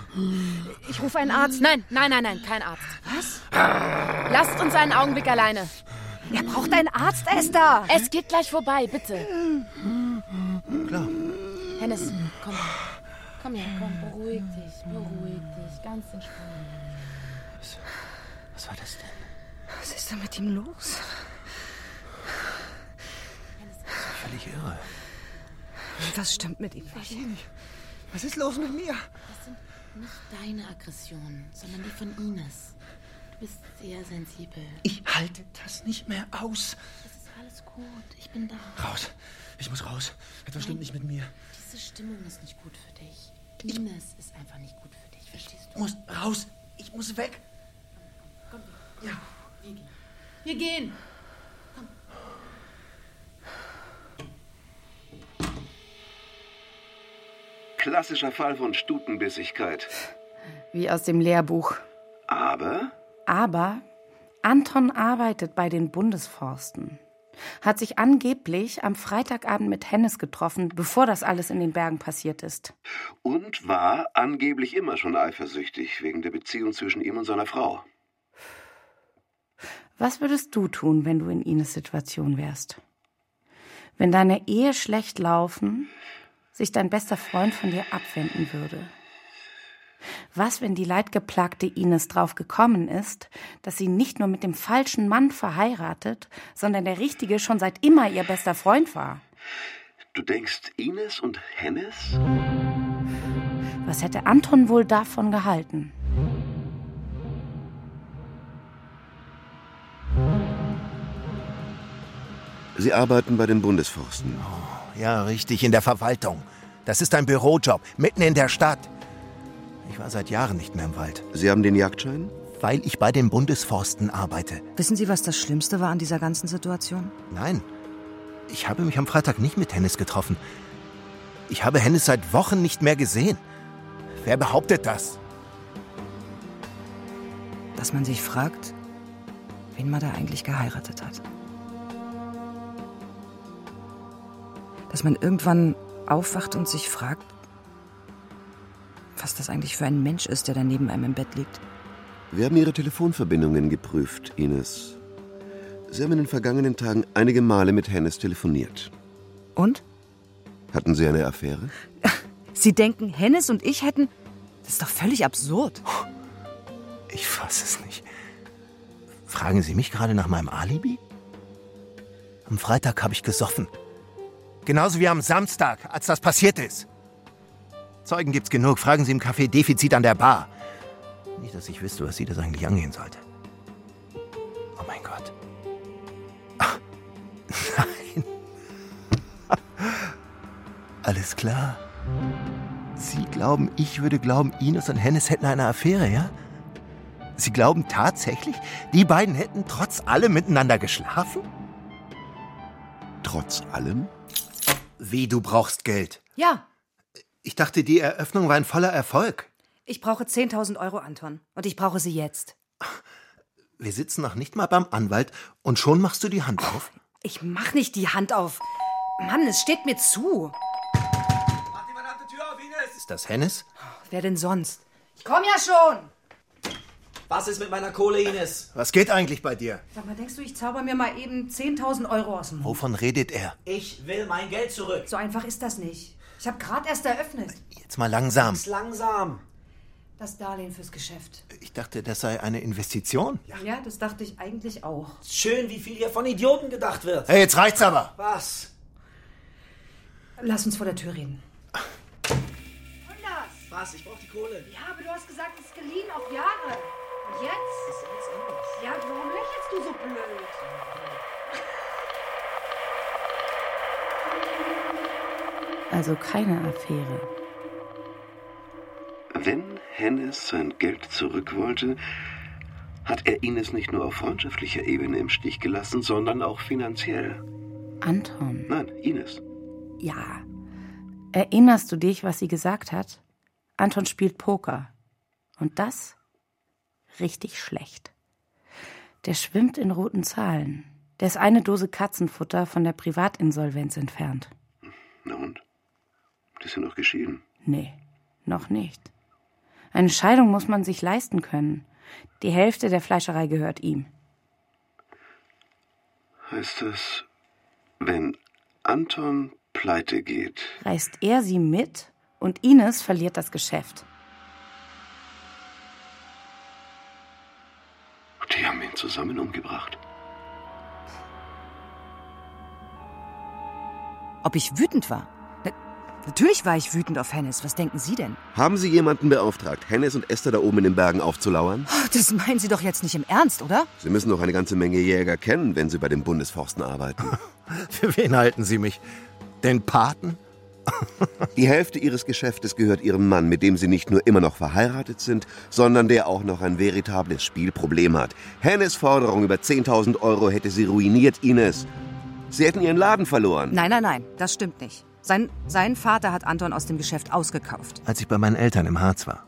Speaker 3: Ich rufe einen Arzt. Nein, nein, nein, nein, kein Arzt. Was? Lasst uns einen Augenblick alleine.
Speaker 5: Er braucht einen Arzt, Esther.
Speaker 3: Es geht gleich vorbei, bitte.
Speaker 13: Klar.
Speaker 3: Hennes, komm. Komm her, komm. Beruhig dich, beruhig dich. Ganz entspannt.
Speaker 13: Was war das denn?
Speaker 5: Was ist denn mit ihm los?
Speaker 13: Völlig irre.
Speaker 5: Was stimmt mit ihm nicht?
Speaker 13: Was ist los mit mir?
Speaker 3: Das sind nicht deine Aggressionen, sondern die von Ines. Du bist sehr sensibel.
Speaker 13: Ich halte das nicht mehr aus.
Speaker 3: Das ist alles gut. Ich bin da.
Speaker 13: Raus. Ich muss raus. Etwas stimmt nicht mit mir.
Speaker 3: Diese Stimmung ist nicht gut für dich. Ines ist einfach nicht gut für dich, verstehst
Speaker 13: Ich
Speaker 3: du?
Speaker 13: muss raus. Ich muss weg.
Speaker 3: Komm,
Speaker 13: Ja.
Speaker 3: wir gehen. Wir gehen.
Speaker 12: Klassischer Fall von Stutenbissigkeit.
Speaker 15: Wie aus dem Lehrbuch.
Speaker 12: Aber
Speaker 15: Aber Anton arbeitet bei den Bundesforsten. Hat sich angeblich am Freitagabend mit Hennes getroffen, bevor das alles in den Bergen passiert ist.
Speaker 12: und war angeblich immer schon eifersüchtig wegen der Beziehung zwischen ihm und seiner Frau.
Speaker 15: Was würdest du tun, wenn du in Ines Situation wärst? Wenn deine Ehe schlecht laufen, sich dein bester Freund von dir abwenden würde? Was, wenn die leidgeplagte Ines drauf gekommen ist, dass sie nicht nur mit dem falschen Mann verheiratet, sondern der richtige schon seit immer ihr bester Freund war?
Speaker 12: Du denkst Ines und Hennes?
Speaker 15: Was hätte Anton wohl davon gehalten?
Speaker 21: Sie arbeiten bei den Bundesforsten.
Speaker 13: Ja, richtig, in der Verwaltung. Das ist ein Bürojob, mitten in der Stadt. Ich war seit Jahren nicht mehr im Wald,
Speaker 21: Sie haben den Jagdschein?
Speaker 13: weil ich bei den Bundesforsten arbeite.
Speaker 5: Wissen Sie, was das Schlimmste war an dieser ganzen Situation?
Speaker 13: Nein, ich habe mich am Freitag nicht mit Hennis getroffen. Ich habe Hennis seit Wochen nicht mehr gesehen. Wer behauptet das?
Speaker 5: Dass man sich fragt, wen man da eigentlich geheiratet hat. Dass man irgendwann aufwacht und sich fragt, was das eigentlich für ein Mensch ist, der da neben einem im Bett liegt.
Speaker 21: Wir haben Ihre Telefonverbindungen geprüft, Ines. Sie haben in den vergangenen Tagen einige Male mit Hennes telefoniert.
Speaker 5: Und?
Speaker 12: Hatten Sie eine Affäre?
Speaker 14: Sie denken, Hennes und ich hätten. Das ist doch völlig absurd.
Speaker 13: Ich fasse es nicht. Fragen Sie mich gerade nach meinem Alibi? Am Freitag habe ich gesoffen. Genauso wie am Samstag, als das passiert ist. Zeugen gibt's genug. Fragen Sie im Café Defizit an der Bar. Nicht, dass ich wüsste, was Sie das eigentlich angehen sollte. Oh mein Gott. Ah, nein. Alles klar. Sie glauben, ich würde glauben, Ines und Hennes hätten eine Affäre, ja? Sie glauben tatsächlich, die beiden hätten trotz allem miteinander geschlafen?
Speaker 12: Trotz allem?
Speaker 13: Wie, du brauchst Geld.
Speaker 14: Ja,
Speaker 13: Ich dachte, die Eröffnung war ein voller Erfolg.
Speaker 14: ich brauche 10.000 Euro, Anton. Und ich brauche sie jetzt.
Speaker 13: Wir sitzen noch nicht mal beim Anwalt und schon machst du die Hand auf.
Speaker 14: Ich mach nicht die Hand auf. Mann, es steht mir zu.
Speaker 13: Ist das Hennes?
Speaker 14: Wer denn sonst? Ich komm ja schon.
Speaker 4: Was ist mit meiner Kohle, Ines?
Speaker 13: Was geht eigentlich bei dir?
Speaker 14: Sag mal, denkst du, ich zauber mir mal eben 10.000 Euro aus dem Hut?
Speaker 13: Wovon redet er?
Speaker 4: Ich will mein Geld zurück.
Speaker 14: So einfach ist das nicht. Ich habe gerade erst eröffnet.
Speaker 13: Jetzt mal langsam.
Speaker 4: langsam.
Speaker 14: Das Darlehen fürs Geschäft.
Speaker 13: Ich dachte, das sei eine Investition.
Speaker 14: Ja. das dachte ich eigentlich auch.
Speaker 4: Schön, wie viel hier von Idioten gedacht wird.
Speaker 13: Hey, jetzt reicht's aber.
Speaker 4: Was?
Speaker 14: Lass uns vor der Tür reden.
Speaker 4: Was? Ich brauch die Kohle.
Speaker 19: Ja, aber du hast gesagt, es ist geliehen auf Jahre. Und jetzt? Ist alles anders. Ja, warum lächelst du so blöd?
Speaker 15: Also keine Affäre.
Speaker 22: Wenn Hennes sein Geld zurück wollte, hat er Ines nicht nur auf freundschaftlicher Ebene im Stich gelassen, sondern auch finanziell.
Speaker 15: Anton,
Speaker 22: Nein, Ines.
Speaker 15: ja. Erinnerst du dich, was sie gesagt hat? Anton spielt Poker. Und das? Richtig schlecht. Der schwimmt in roten Zahlen. Der ist eine Dose Katzenfutter von der Privatinsolvenz entfernt.
Speaker 22: Na und? Die sind noch geschieden.
Speaker 15: Nee, noch nicht. Eine Scheidung muss man sich leisten können. Die Hälfte der Fleischerei gehört ihm.
Speaker 22: Heißt das, wenn Anton pleite geht,
Speaker 15: Reißt er sie mit und Ines verliert das Geschäft.
Speaker 22: die haben ihn zusammen umgebracht.
Speaker 14: Ob ich wütend war? Na, natürlich war ich wütend auf Hennes. Was denken Sie denn?
Speaker 12: Haben Sie jemanden beauftragt, Hennes und Esther da oben in den Bergen aufzulauern?
Speaker 14: Oh, das meinen Sie doch jetzt nicht im Ernst, oder?
Speaker 12: Sie müssen doch eine ganze Menge Jäger kennen, wenn Sie bei den Bundesforsten arbeiten.
Speaker 13: Für wen halten Sie mich? Den Paten?
Speaker 12: Die Hälfte Ihres Geschäftes gehört Ihrem Mann, mit dem Sie nicht nur immer noch verheiratet sind, sondern der auch noch ein veritables Spielproblem hat. Hennes Forderung über 10.000 Euro hätte Sie ruiniert, Ines. Sie hätten Ihren Laden verloren.
Speaker 14: Nein, nein, nein, das stimmt nicht. Sein, sein Vater hat Anton aus dem Geschäft ausgekauft.
Speaker 13: Als ich bei meinen Eltern im Harz war.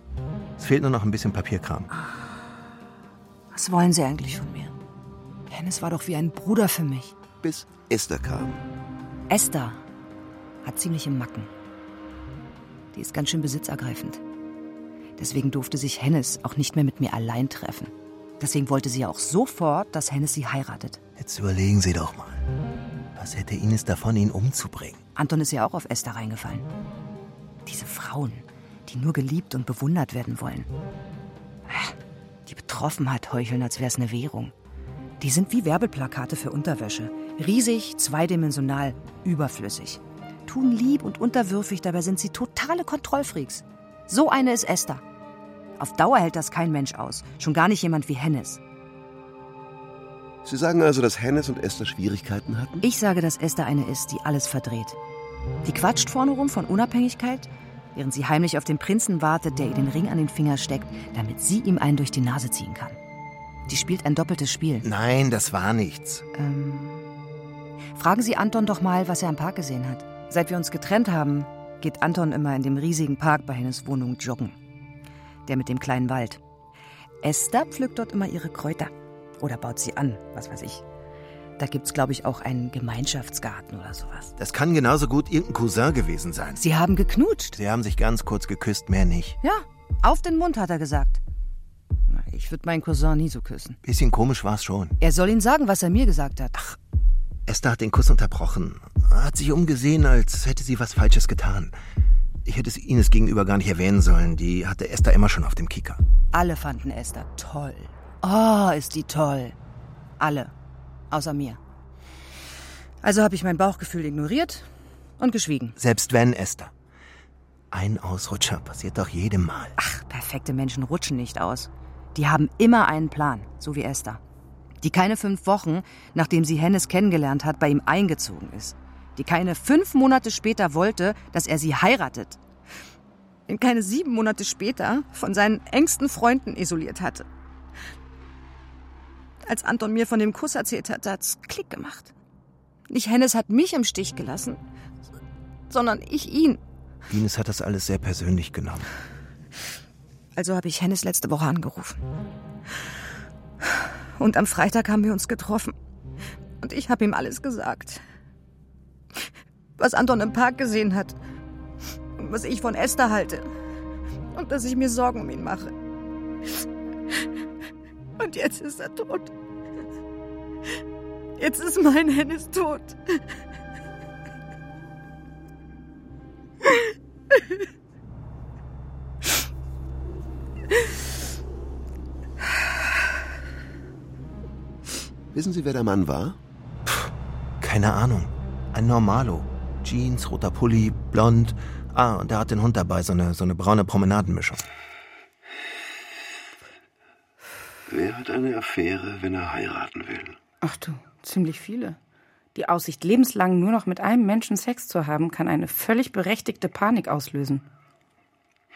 Speaker 13: Es fehlt nur noch ein bisschen Papierkram.
Speaker 14: Was wollen Sie eigentlich von mir? Hennes war doch wie ein Bruder für mich.
Speaker 12: Bis Esther kam.
Speaker 14: Esther hat ziemliche Macken. Die ist ganz schön besitzergreifend. Deswegen durfte sich Hennes auch nicht mehr mit mir allein treffen. Deswegen wollte sie ja auch sofort, dass Hennes sie heiratet.
Speaker 13: Jetzt überlegen Sie doch mal. Was hätte Ines davon, ihn umzubringen?
Speaker 14: Anton ist ja auch auf Esther reingefallen. Diese Frauen, die nur geliebt und bewundert werden wollen. Ah, Die Betroffenheit heucheln, als wäre es eine Währung. Die sind wie Werbeplakate für Unterwäsche. Riesig, zweidimensional, überflüssig. Tun lieb und unterwürfig, dabei sind sie totale Kontrollfreaks. So eine ist Esther. Auf Dauer hält das kein Mensch aus. Schon gar nicht jemand wie Hennes.
Speaker 12: Sie sagen also, dass Hennes und Esther Schwierigkeiten hatten?
Speaker 14: Ich sage, dass Esther eine ist, die alles verdreht. Die quatscht vorne rum von Unabhängigkeit, während sie heimlich auf den Prinzen wartet, der ihr den Ring an den Finger steckt, damit sie ihm einen durch die Nase ziehen kann. Die spielt ein doppeltes Spiel.
Speaker 13: Nein, das war nichts.
Speaker 14: Ähm, fragen Sie Anton doch mal, was er am Park gesehen hat. Seit wir uns getrennt haben, geht Anton immer in dem riesigen Park bei Hennes Wohnung joggen. Der mit dem kleinen Wald. Esther pflückt dort immer ihre Kräuter. Oder baut sie an, was weiß ich. Da gibt's, glaube ich, auch einen Gemeinschaftsgarten oder sowas.
Speaker 13: Das kann genauso gut irgendein Cousin gewesen sein.
Speaker 14: Sie haben geknutscht.
Speaker 13: Sie haben sich ganz kurz geküsst, mehr nicht.
Speaker 14: Ja, auf den Mund hat er gesagt. Na, Ich würde meinen Cousin nie so küssen.
Speaker 13: Bisschen komisch war's schon.
Speaker 14: Er soll Ihnen sagen, was er mir gesagt hat. Ach,
Speaker 13: Esther hat den Kuss unterbrochen. Hat sich umgesehen, als hätte sie was Falsches getan. Ich hätte es Ines gegenüber gar nicht erwähnen sollen. Die hatte Esther immer schon auf dem Kicker.
Speaker 14: Alle fanden Esther toll. Oh, ist die toll. Alle. Außer mir. Also habe ich mein Bauchgefühl ignoriert und geschwiegen.
Speaker 13: Selbst wenn, Esther. Ein Ausrutscher passiert doch jedem Mal.
Speaker 14: Ach, perfekte Menschen rutschen nicht aus. Die haben immer einen Plan, so wie Esther. Die keine fünf Wochen, nachdem sie Hennes kennengelernt hat, bei ihm eingezogen ist. Die keine fünf Monate später wollte, dass er sie heiratet. Den keine sieben Monate später von seinen engsten Freunden isoliert hatte. Als Anton mir von dem Kuss erzählt hat, hat's Klick gemacht. Nicht Hennes hat mich im Stich gelassen, sondern ich ihn.
Speaker 13: Ines hat das alles sehr persönlich genommen.
Speaker 14: Also habe ich Hennes letzte Woche angerufen. Und am Freitag haben wir uns getroffen. Und ich habe ihm alles gesagt. Was Anton im Park gesehen hat. Und was ich von Esther halte. Und dass ich mir Sorgen um ihn mache. Und jetzt ist er tot. Jetzt ist mein Hennes tot.
Speaker 12: Wissen Sie, wer der Mann war?
Speaker 13: Keine Ahnung. Ein Normalo. Jeans, roter Pulli, blond. Ah, und er hat den Hund dabei, so eine, so eine braune Promenadenmischung.
Speaker 22: Wer hat eine Affäre, wenn er heiraten will?
Speaker 15: Ach du, ziemlich viele. Die Aussicht, lebenslang nur noch mit einem Menschen Sex zu haben, kann eine völlig berechtigte Panik auslösen.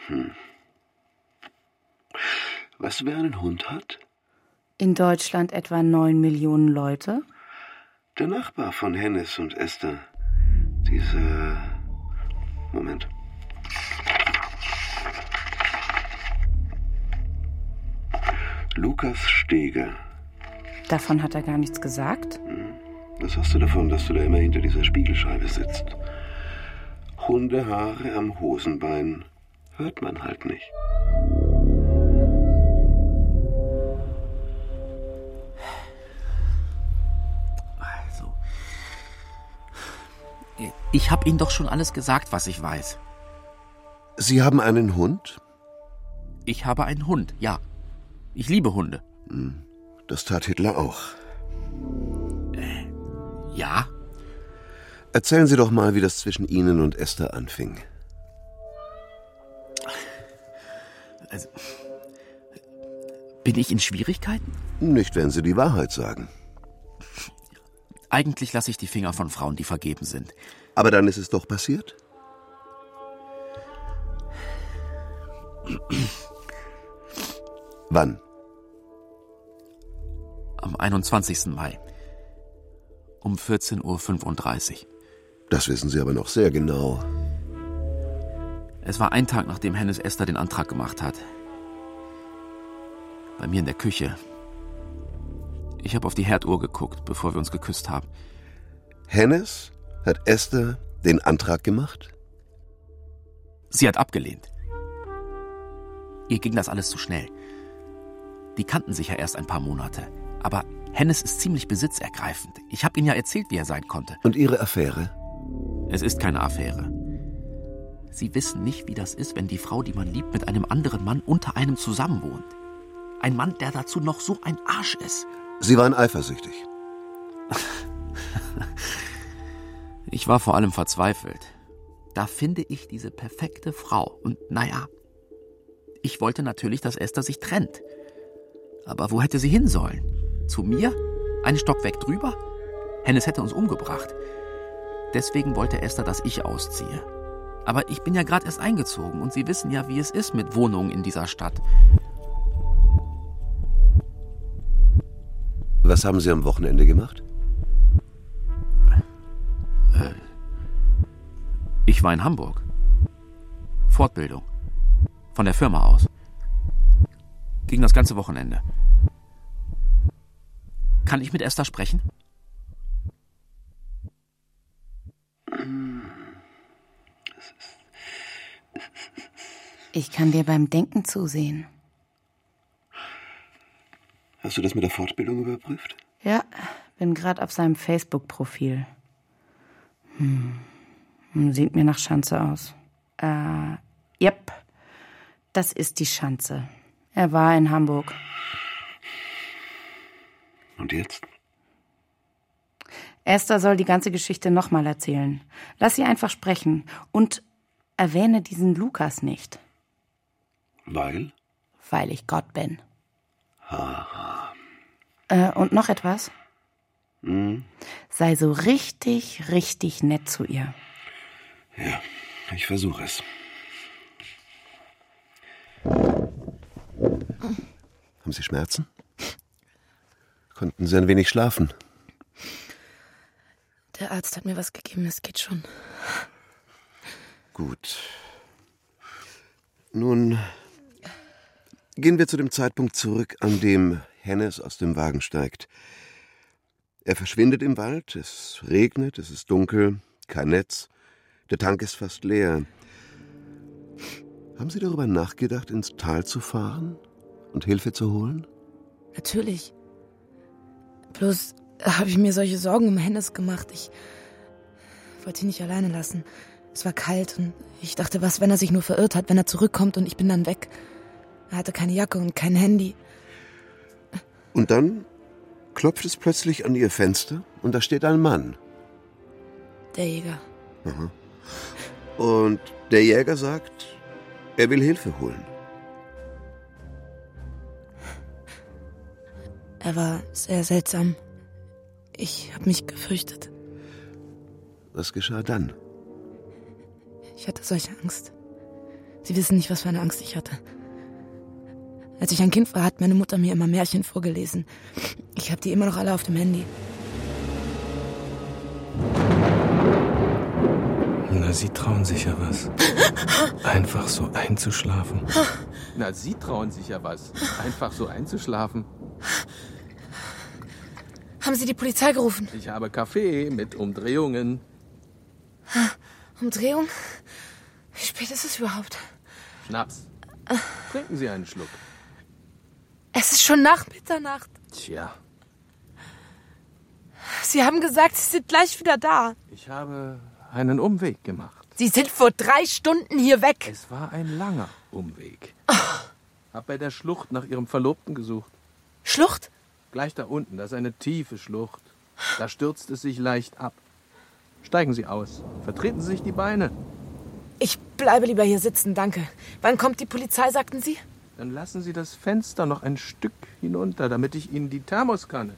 Speaker 22: Hm. Weißt du, wer einen Hund hat?
Speaker 15: In Deutschland etwa 9 Millionen Leute.
Speaker 22: Der Nachbar von Hennes und Esther. Dieser. Moment. Lukas Steger.
Speaker 15: Davon hat er gar nichts gesagt.
Speaker 22: Was hast du davon, dass du da immer hinter dieser Spiegelscheibe sitzt? Hundehaare am Hosenbein hört man halt nicht.
Speaker 11: Also. Ich habe Ihnen doch schon alles gesagt, was ich weiß.
Speaker 12: Sie haben einen Hund?
Speaker 11: Ich habe einen Hund, ja. Ich liebe Hunde.
Speaker 12: Hm, Das tat Hitler auch.
Speaker 11: Äh, Ja?
Speaker 12: Erzählen Sie doch mal, wie das zwischen Ihnen und Esther anfing.
Speaker 11: Also, bin ich in Schwierigkeiten?
Speaker 12: Nicht, wenn Sie die Wahrheit sagen.
Speaker 11: Eigentlich lasse ich die Finger von Frauen, die vergeben sind.
Speaker 12: Aber dann ist es doch passiert. Wann?
Speaker 11: Am 21. Mai. Um 14.35 Uhr.
Speaker 12: Das wissen Sie aber noch sehr genau.
Speaker 11: Es war ein Tag, nachdem Hennes Esther den Antrag gemacht hat. Bei mir in der Küche. Ich habe auf die Herduhr geguckt, bevor wir uns geküsst haben.
Speaker 12: Hennes hat Esther den Antrag gemacht?
Speaker 11: Sie hat abgelehnt. Ihr ging das alles zu schnell. Die kannten sich ja erst ein paar Monate. Aber Hennes ist ziemlich besitzergreifend. Ich habe Ihnen ja erzählt, wie er sein konnte.
Speaker 12: Und Ihre Affäre?
Speaker 11: Es ist keine Affäre. Sie wissen nicht, wie das ist, wenn die Frau, die man liebt, mit einem anderen Mann unter einem zusammenwohnt. Ein Mann, der dazu noch so ein Arsch ist.
Speaker 12: Sie waren eifersüchtig.
Speaker 11: Ich war vor allem verzweifelt. Da finde ich diese perfekte Frau. Und naja, ich wollte natürlich, dass Esther sich trennt. Aber wo hätte sie hin sollen? Zu mir? Einen Stock weg drüber? Hennes hätte uns umgebracht. Deswegen wollte Esther, dass ich ausziehe. Aber ich bin ja gerade erst eingezogen und Sie wissen ja, wie es ist mit Wohnungen in dieser Stadt.
Speaker 12: Was haben Sie am Wochenende gemacht?
Speaker 11: Äh, ich war in Hamburg. Fortbildung. Von der Firma aus. Ging das ganze Wochenende. Kann ich mit Esther sprechen?
Speaker 15: Ich kann dir beim Denken zusehen.
Speaker 22: Hast du das mit der Fortbildung überprüft?
Speaker 15: Ja, Bin gerade auf seinem Facebook-Profil. Hm. Sieht mir nach Schanze aus. Äh, yep. Das ist die Schanze. Er war in Hamburg.
Speaker 22: Und jetzt?
Speaker 15: Esther soll die ganze Geschichte nochmal erzählen. Lass sie einfach sprechen und erwähne diesen Lukas nicht,
Speaker 22: Weil?
Speaker 15: weil ich Gott bin.
Speaker 22: Haha.
Speaker 15: Äh, und noch etwas?
Speaker 22: Hm,
Speaker 15: Sei so richtig, richtig nett zu ihr.
Speaker 22: ja, ich versuche es.
Speaker 12: Haben Sie Schmerzen? Konnten Sie ein wenig schlafen?
Speaker 3: Der Arzt hat mir was gegeben, es geht schon.
Speaker 12: Gut. Nun gehen wir zu dem Zeitpunkt zurück, an dem Hennes aus dem Wagen steigt. Er verschwindet im Wald, es regnet, es ist dunkel, kein Netz, der Tank ist fast leer. Haben Sie darüber nachgedacht, ins Tal zu fahren und Hilfe zu holen?
Speaker 3: Natürlich. Bloß habe ich mir solche Sorgen um Hennes gemacht. Ich wollte ihn nicht alleine lassen. Es war kalt und ich dachte, was, wenn er sich nur verirrt hat, wenn er zurückkommt und ich bin dann weg. Er hatte keine Jacke und kein Handy.
Speaker 12: Und dann klopft es plötzlich an Ihr Fenster und da steht ein Mann.
Speaker 3: Der Jäger.
Speaker 12: Aha. Mhm. Und der Jäger sagt, er will Hilfe holen.
Speaker 3: Er war sehr seltsam. Ich habe mich gefürchtet.
Speaker 12: Was geschah dann?
Speaker 3: Ich hatte solche Angst. Sie wissen nicht, was für eine Angst ich hatte. Als ich ein Kind war, hat meine Mutter mir immer Märchen vorgelesen. Ich habe die immer noch alle auf dem Handy.
Speaker 23: Na, sie trauen sich ja was. Einfach so einzuschlafen.
Speaker 17: Na, Sie trauen sich ja was, einfach so einzuschlafen.
Speaker 3: Haben Sie die Polizei gerufen?
Speaker 17: Ich habe Kaffee mit Umdrehungen.
Speaker 3: Umdrehung? Wie spät ist es überhaupt?
Speaker 17: Schnaps. Trinken Sie einen Schluck.
Speaker 3: Es ist schon nach Mitternacht.
Speaker 17: Tja,
Speaker 3: Sie haben gesagt, Sie sind gleich wieder da.
Speaker 17: ich habe einen Umweg gemacht.
Speaker 3: Sie sind vor drei Stunden hier weg.
Speaker 17: Es war ein langer Umweg.
Speaker 3: Ah.
Speaker 17: Hab bei der Schlucht nach Ihrem Verlobten gesucht.
Speaker 3: Schlucht?
Speaker 17: Gleich da unten, das ist eine tiefe Schlucht. Da stürzt es sich leicht ab. Steigen Sie aus. Vertreten Sie sich die Beine.
Speaker 3: Ich bleibe lieber hier sitzen, danke. Wann kommt die Polizei, sagten Sie?
Speaker 17: Dann lassen Sie das Fenster noch ein Stück hinunter, damit ich Ihnen die Thermoskanne.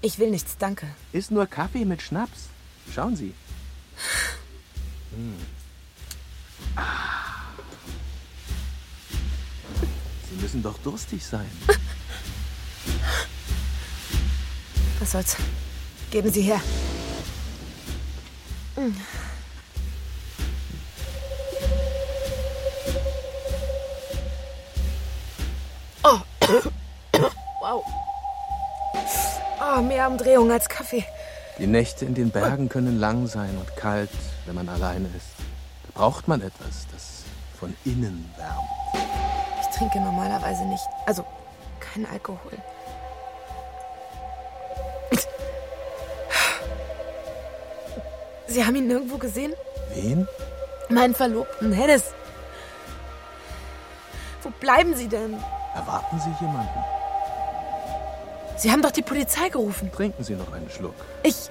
Speaker 3: Ich will nichts, danke.
Speaker 17: Ist nur Kaffee mit Schnaps. Schauen Sie. Hm. Ah. Sie müssen doch durstig sein.
Speaker 3: Was soll's? Geben Sie her. Oh. wow. Oh, mehr Umdrehung als Kaffee.
Speaker 17: Die Nächte in den Bergen können lang sein und kalt, wenn man alleine ist. Da braucht man etwas, das von innen wärmt.
Speaker 3: Ich trinke normalerweise nicht. Also, kein Alkohol. Sie haben ihn nirgendwo gesehen?
Speaker 17: Wen?
Speaker 3: Meinen Verlobten, Hennes. Wo bleiben Sie denn?
Speaker 17: Erwarten Sie jemanden?
Speaker 3: Sie haben doch die Polizei gerufen.
Speaker 17: Trinken Sie noch einen Schluck.
Speaker 3: Ich.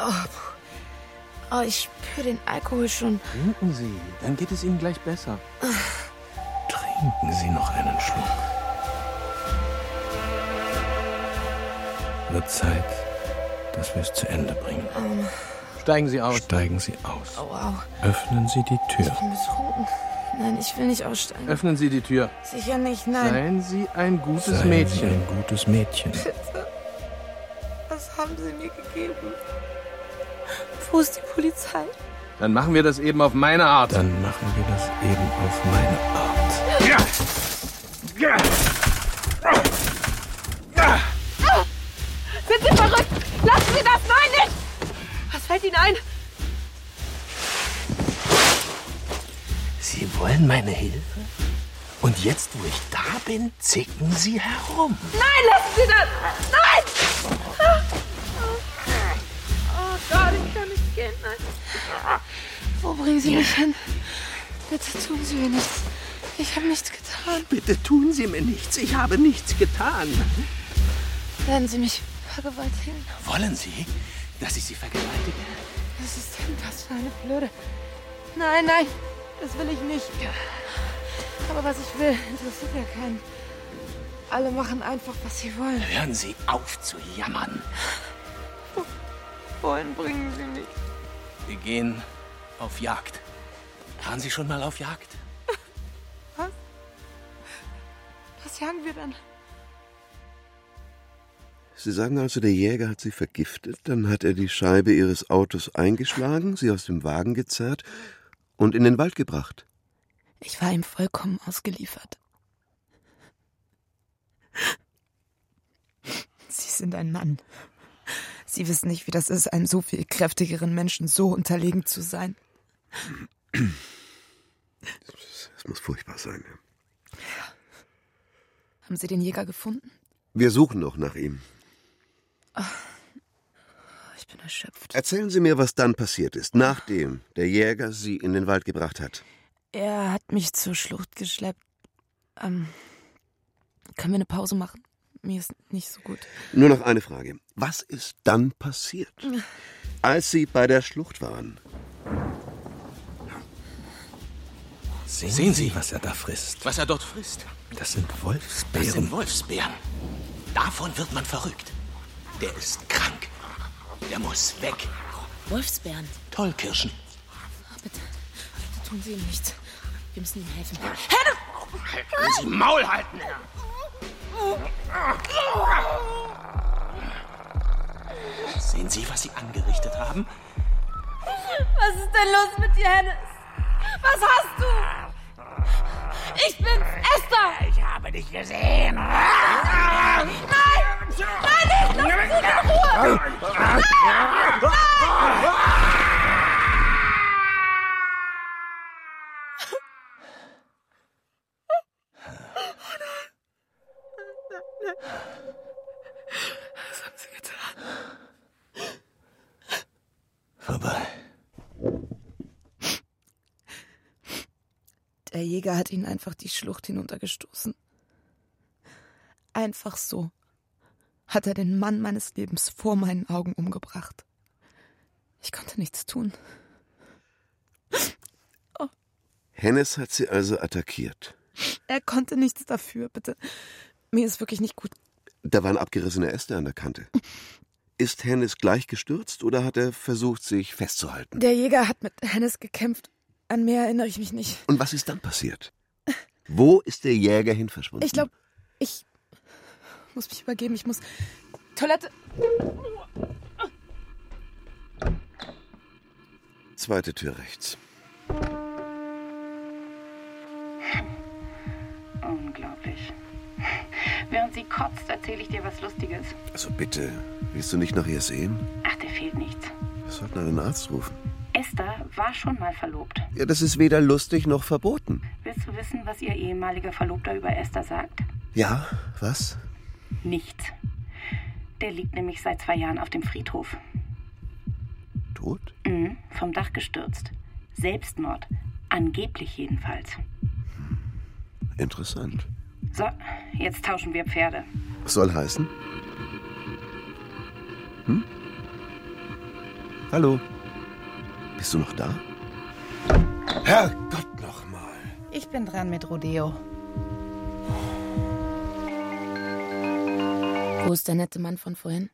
Speaker 3: Oh, puh. oh ich spüre den Alkohol schon.
Speaker 17: Trinken Sie, dann geht es Ihnen gleich besser. Trinken Sie noch einen Schluck.
Speaker 23: Wird Zeit, dass wir es zu Ende bringen.
Speaker 3: Ähm,
Speaker 17: Steigen Sie aus.
Speaker 23: Steigen Sie aus.
Speaker 3: Oh, wow.
Speaker 23: Öffnen Sie die
Speaker 3: Ich
Speaker 23: Tür.
Speaker 3: bin betrunken. Nein, ich will nicht aussteigen.
Speaker 17: Öffnen Sie die Tür.
Speaker 3: Sicher nicht, nein.
Speaker 17: Äh, Seien Sie ein gutes
Speaker 23: Seien Sie
Speaker 17: Mädchen.
Speaker 23: ein gutes Mädchen.
Speaker 3: Bitte. Was haben Sie mir gegeben? Wo ist die Polizei?
Speaker 17: Dann machen wir das eben auf meine Art.
Speaker 23: Dann machen wir das eben auf meine Art.
Speaker 19: Sind Sie verrückt? Lassen Sie das! Nein, nicht! Was fällt Ihnen ein?
Speaker 11: Sie wollen meine Hilfe?
Speaker 17: Und jetzt, wo ich da bin, zicken sie herum.
Speaker 5: Nein, lassen Sie das! Nein! Oh Gott, ich kann nicht gehen. Nein. Wo bringen Sie mich hin? Bitte tun Sie mir nichts. Ich habe nichts getan.
Speaker 24: Bitte tun Sie mir nichts. Ich habe nichts getan.
Speaker 5: Werden Sie mich vergewaltigen?
Speaker 17: Wollen Sie, dass ich sie vergewaltige?
Speaker 5: Was ist denn das für eine Blöde? Nein, nein, das will ich nicht. Aber was ich will, interessiert ja keinen. Alle machen einfach, was sie wollen.
Speaker 17: Hören Sie auf zu jammern.
Speaker 5: Wollen bringen Sie mich.
Speaker 17: Wir gehen auf Jagd. Waren Sie schon mal auf Jagd?
Speaker 5: Was jagen wir dann?
Speaker 12: Sie sagen also, der Jäger hat sie vergiftet, dann hat er die Scheibe ihres Autos eingeschlagen, sie aus dem Wagen gezerrt und in den Wald gebracht.
Speaker 3: Ich war ihm vollkommen ausgeliefert. Sie sind ein Mann. Sie wissen nicht, wie das ist, einem so viel kräftigeren Menschen so unterlegen zu sein.
Speaker 12: Das muss furchtbar sein.
Speaker 3: Haben Sie den Jäger gefunden?
Speaker 12: Wir suchen noch nach ihm.
Speaker 3: Oh, Ich bin erschöpft.
Speaker 12: Erzählen Sie mir, was dann passiert ist, nachdem der Jäger sie in den Wald gebracht hat.
Speaker 3: Er hat mich zur Schlucht geschleppt. Ähm, können wir eine Pause machen? Mir ist nicht so gut.
Speaker 12: Nur noch eine Frage. Was ist dann passiert, als Sie bei der Schlucht waren?
Speaker 17: Sehen,
Speaker 12: Sie,
Speaker 17: was er da frisst?
Speaker 4: Was er dort frisst.
Speaker 17: Das sind Wolfsbären.
Speaker 4: Das sind Wolfsbären. Davon wird man verrückt. Der ist krank. Der muss weg.
Speaker 3: Wolfsbären,
Speaker 4: Tollkirschen.
Speaker 3: tun Sie ihm nichts. Wir müssen ihm helfen.
Speaker 4: Wenn Sie Maul halten. Sehen Sie, was Sie angerichtet haben?
Speaker 5: Was ist denn los mit dir, Hennes? Was hast du? Ich bin's, Esther! Ich habe dich gesehen! Nein! Nein, nicht! Lass mich in Ruhe!
Speaker 25: Was haben Sie getan?
Speaker 17: Vorbei.
Speaker 3: Der Jäger hat ihn einfach die Schlucht hinuntergestoßen. Einfach so hat er den Mann meines Lebens vor meinen Augen umgebracht. Ich konnte nichts tun.
Speaker 12: Hennes hat sie also attackiert.
Speaker 3: Er konnte nichts dafür, bitte. Mir ist wirklich nicht gut.
Speaker 12: Da waren abgerissene Äste an der Kante. Ist Hennes gleich gestürzt oder hat er versucht, sich festzuhalten?
Speaker 3: Der Jäger hat mit Hennes gekämpft. An mehr erinnere ich mich nicht.
Speaker 12: Und was ist dann passiert? Wo ist der Jäger hin verschwunden?
Speaker 3: Ich glaube, ich muss mich übergeben. Ich muss. Toilette.
Speaker 12: Zweite Tür rechts.
Speaker 26: Unglaublich. Während sie kotzt, erzähle ich dir was Lustiges.
Speaker 12: Also bitte, willst du nicht nach ihr sehen?
Speaker 26: Ach, dir fehlt nichts.
Speaker 12: Wir sollten einen Arzt rufen.
Speaker 26: Esther war schon mal verlobt.
Speaker 12: Ja, das ist weder lustig noch verboten.
Speaker 26: Willst du wissen, was ihr ehemaliger Verlobter über Esther sagt?
Speaker 12: Ja, was?
Speaker 26: Nichts. Der liegt nämlich seit zwei Jahren auf dem Friedhof.
Speaker 12: Tot?
Speaker 26: Mhm, vom Dach gestürzt. Selbstmord. Angeblich jedenfalls.
Speaker 12: Interessant.
Speaker 26: So, jetzt tauschen wir Pferde.
Speaker 12: Was soll heißen? Hm? Hallo? Bist du noch da? Herrgott nochmal.
Speaker 15: Ich bin dran mit Rodeo.
Speaker 3: Wo ist der nette Mann von vorhin?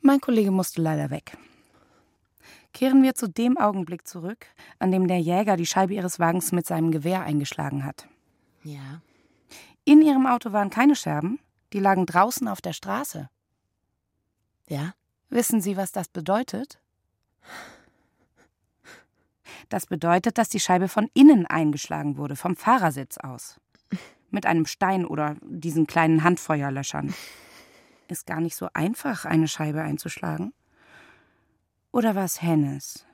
Speaker 15: Mein Kollege musste leider weg. Kehren wir zu dem Augenblick zurück, an dem der Jäger die Scheibe ihres Wagens mit seinem Gewehr eingeschlagen hat.
Speaker 3: Ja.
Speaker 15: In ihrem Auto waren keine Scherben, die lagen draußen auf der Straße.
Speaker 3: Ja?
Speaker 15: Wissen Sie, was das bedeutet? Das bedeutet, dass die Scheibe von innen eingeschlagen wurde, vom Fahrersitz aus. Mit einem Stein oder diesen kleinen Handfeuerlöschern. Ist gar nicht so einfach, eine Scheibe einzuschlagen. Oder war es Hennes,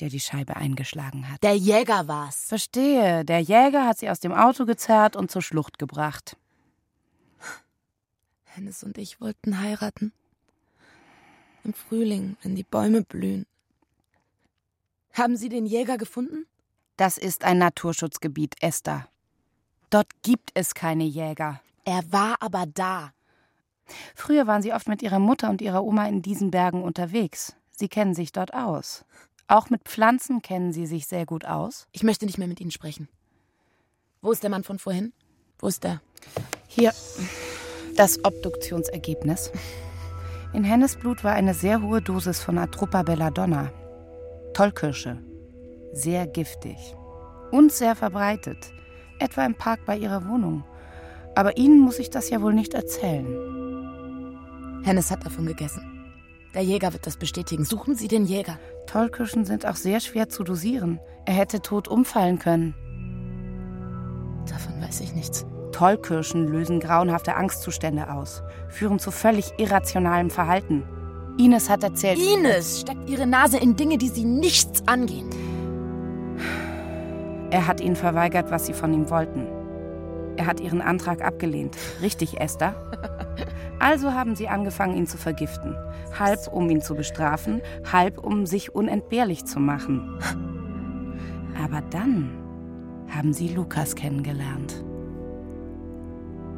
Speaker 15: der die Scheibe eingeschlagen hat.
Speaker 3: Der Jäger war's.
Speaker 15: Verstehe, der Jäger hat sie aus dem Auto gezerrt und zur Schlucht gebracht.
Speaker 3: Hennes und ich wollten heiraten. Im Frühling, wenn die Bäume blühen. Haben Sie den Jäger gefunden?
Speaker 15: Das ist ein Naturschutzgebiet, Esther. Dort gibt es keine Jäger.
Speaker 3: Er war aber da.
Speaker 15: Früher waren sie oft mit ihrer Mutter und ihrer Oma in diesen Bergen unterwegs. Sie kennen sich dort aus. Auch mit Pflanzen kennen sie sich sehr gut aus.
Speaker 3: Ich möchte nicht mehr mit Ihnen sprechen. Wo ist der Mann von vorhin? Wo ist der? Hier.
Speaker 15: Das Obduktionsergebnis. In Hennes Blut war eine sehr hohe Dosis von Atropa belladonna. Tollkirsche. Sehr giftig. Und sehr verbreitet. Etwa im Park bei ihrer Wohnung. Aber Ihnen muss ich das ja wohl nicht erzählen.
Speaker 3: Hennes hat davon gegessen. Der Jäger wird das bestätigen. Suchen Sie den Jäger.
Speaker 15: Tollkirschen sind auch sehr schwer zu dosieren. Er hätte tot umfallen können.
Speaker 3: Davon weiß ich nichts.
Speaker 15: Tollkirschen lösen grauenhafte Angstzustände aus, führen zu völlig irrationalem Verhalten. Ines hat erzählt.
Speaker 3: Ines steckt ihre Nase in Dinge, die sie nichts angehen.
Speaker 15: Er hat ihnen verweigert, was sie von ihm wollten. Er hat ihren Antrag abgelehnt. Richtig, Esther? Also haben sie angefangen, ihn zu vergiften. Halb, um ihn zu bestrafen, halb, um sich unentbehrlich zu machen. Aber dann haben sie Lukas kennengelernt.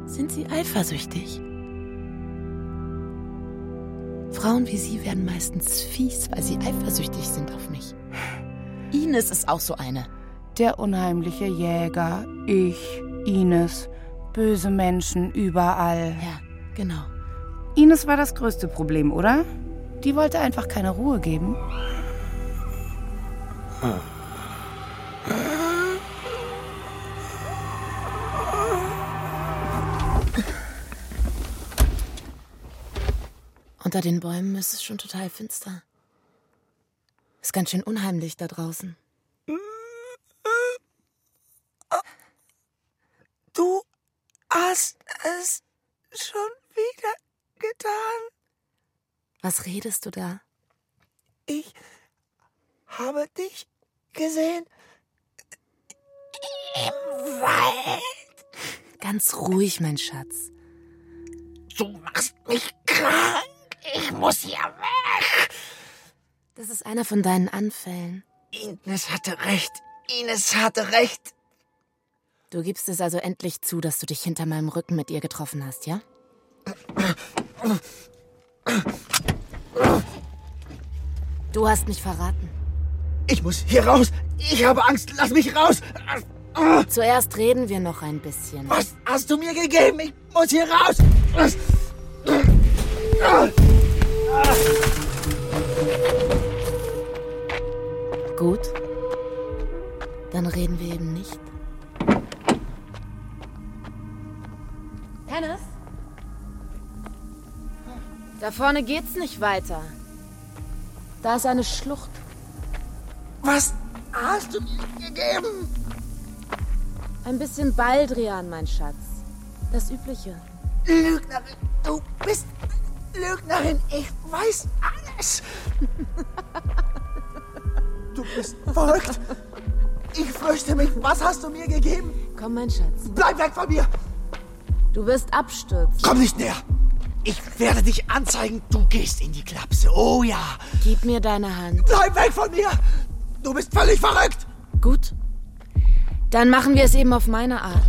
Speaker 3: Sind Sie eifersüchtig? Frauen wie Sie werden meistens fies, weil sie eifersüchtig sind auf mich. Ines ist auch so eine.
Speaker 15: Der unheimliche Jäger, ich, Ines, böse Menschen überall.
Speaker 3: Ja, genau.
Speaker 15: Ines war das größte Problem, oder? Die wollte einfach keine Ruhe geben.
Speaker 3: Unter den Bäumen ist es schon total finster. Ist ganz schön unheimlich da draußen.
Speaker 5: Du hast es schon wieder getan.
Speaker 3: Was redest du da?
Speaker 5: Ich habe dich gesehen im Wald.
Speaker 3: Ganz ruhig, mein Schatz.
Speaker 5: Du machst mich krank. Ich muss hier weg.
Speaker 3: Das ist einer von deinen Anfällen.
Speaker 5: Ines hatte recht. Ines hatte recht.
Speaker 3: Du gibst es also endlich zu, dass du dich hinter meinem Rücken mit ihr getroffen hast, ja? Du hast mich verraten.
Speaker 5: Ich muss hier raus. Ich habe Angst. Lass mich raus.
Speaker 3: Zuerst reden wir noch ein bisschen.
Speaker 5: Was hast du mir gegeben? Ich muss hier raus.
Speaker 3: Gut. Dann reden wir eben nicht.
Speaker 27: Hennes?
Speaker 3: Da vorne geht's nicht weiter. Da ist eine Schlucht.
Speaker 5: Was hast du mir gegeben?
Speaker 3: Ein bisschen Baldrian, mein Schatz. Das Übliche.
Speaker 5: Lügnerin, du bist Lügnerin. Ich weiß alles. du bist verrückt. Ich fürchte mich. Was hast du mir gegeben?
Speaker 3: Komm, mein Schatz.
Speaker 5: Bleib weg von mir.
Speaker 3: Du wirst abstürzen.
Speaker 5: Komm nicht näher. Ich werde dich anzeigen. Du gehst in die Klapse. Oh ja.
Speaker 3: Gib mir deine Hand.
Speaker 5: Bleib weg von mir. Du bist völlig verrückt.
Speaker 3: Gut. Dann machen wir es eben auf meine Art.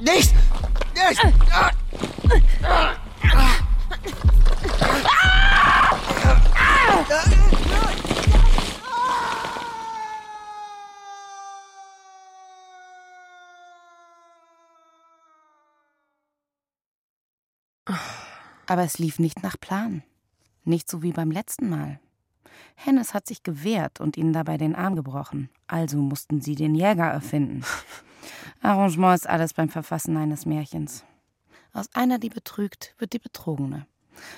Speaker 5: Nicht! Nicht! Ah. Ah.
Speaker 15: Aber es lief nicht nach Plan. Nicht so wie beim letzten Mal. Hennes hat sich gewehrt und ihnen dabei den Arm gebrochen. Also mussten sie den Jäger erfinden. Arrangement ist alles beim Verfassen eines Märchens. Aus einer, die betrügt, wird die Betrogene.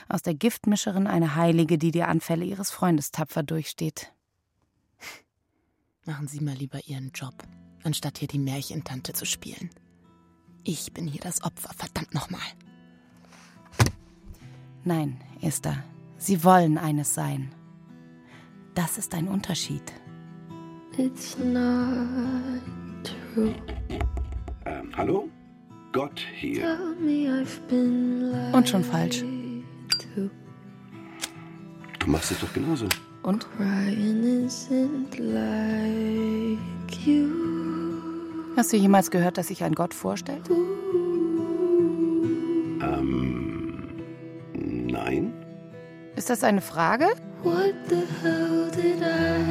Speaker 15: Aus der Giftmischerin eine Heilige, die die Anfälle ihres Freundes tapfer durchsteht.
Speaker 3: Machen Sie mal lieber Ihren Job, anstatt hier die Märchentante zu spielen. Ich bin hier das Opfer, verdammt nochmal.
Speaker 15: Nein, Esther, sie wollen eines sein. Das ist ein Unterschied.
Speaker 28: It's not true.
Speaker 22: Ähm, hallo? Gott hier.
Speaker 28: Tell me I've been lied
Speaker 15: Und schon falsch.
Speaker 28: to.
Speaker 22: Du machst es doch genauso.
Speaker 15: Und?
Speaker 28: Crying isn't like you.
Speaker 15: Hast du jemals gehört, dass sich ein Gott vorstellt?
Speaker 22: Ähm, nein?
Speaker 15: Ist das eine Frage?
Speaker 28: What the hell did I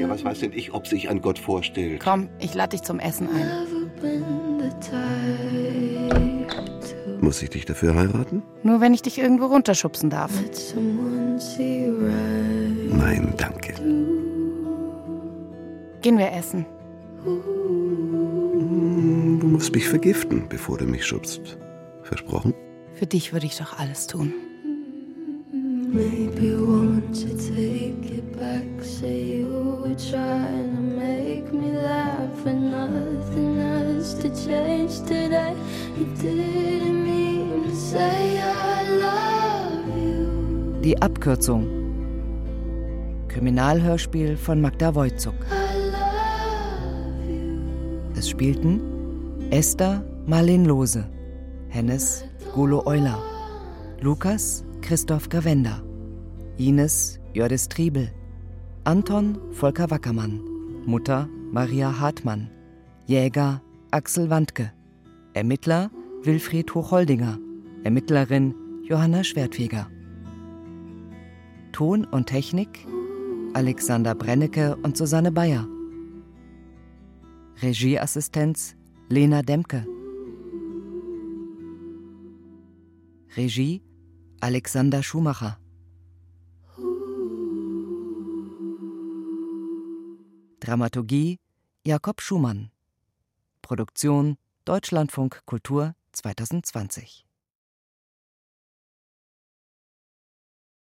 Speaker 22: Ja, was weiß denn ich, ob sich ein Gott vorstellt?
Speaker 15: Komm, ich lade dich zum Essen ein.
Speaker 28: ever been the type?
Speaker 22: Muss ich dich dafür heiraten?
Speaker 15: Nur wenn ich dich irgendwo runterschubsen darf.
Speaker 28: Someone see right.
Speaker 22: Nein, danke.
Speaker 15: Gehen wir essen.
Speaker 22: Du musst mich vergiften, bevor du mich schubst. Versprochen?
Speaker 15: Für dich würde ich doch alles tun.
Speaker 28: Maybe won't you take it back? Say you were trying to make me laugh, and nothing else to change today. You didn't mean to say I love you.
Speaker 8: Die Abkürzung. Kriminalhörspiel von Magda Wojcuk.
Speaker 5: Ah!
Speaker 8: Es spielten Esther Marlene Lose, Hennes Golo Euler, Lukas Christoph Gravenda, Ines Jördis Triebel, Anton Volker Wackermann, Mutter Maria Hartmann, Jäger Axel Wandke, Ermittler Wilfried Hochholdinger, Ermittlerin Johanna Schwertfeger. Ton und Technik Alexander Brennecke und Susanne Bayer. Regieassistenz Lena Demke. Regie Alexander Schumacher. Dramaturgie Jakob Schumann. Produktion Deutschlandfunk Kultur 2020.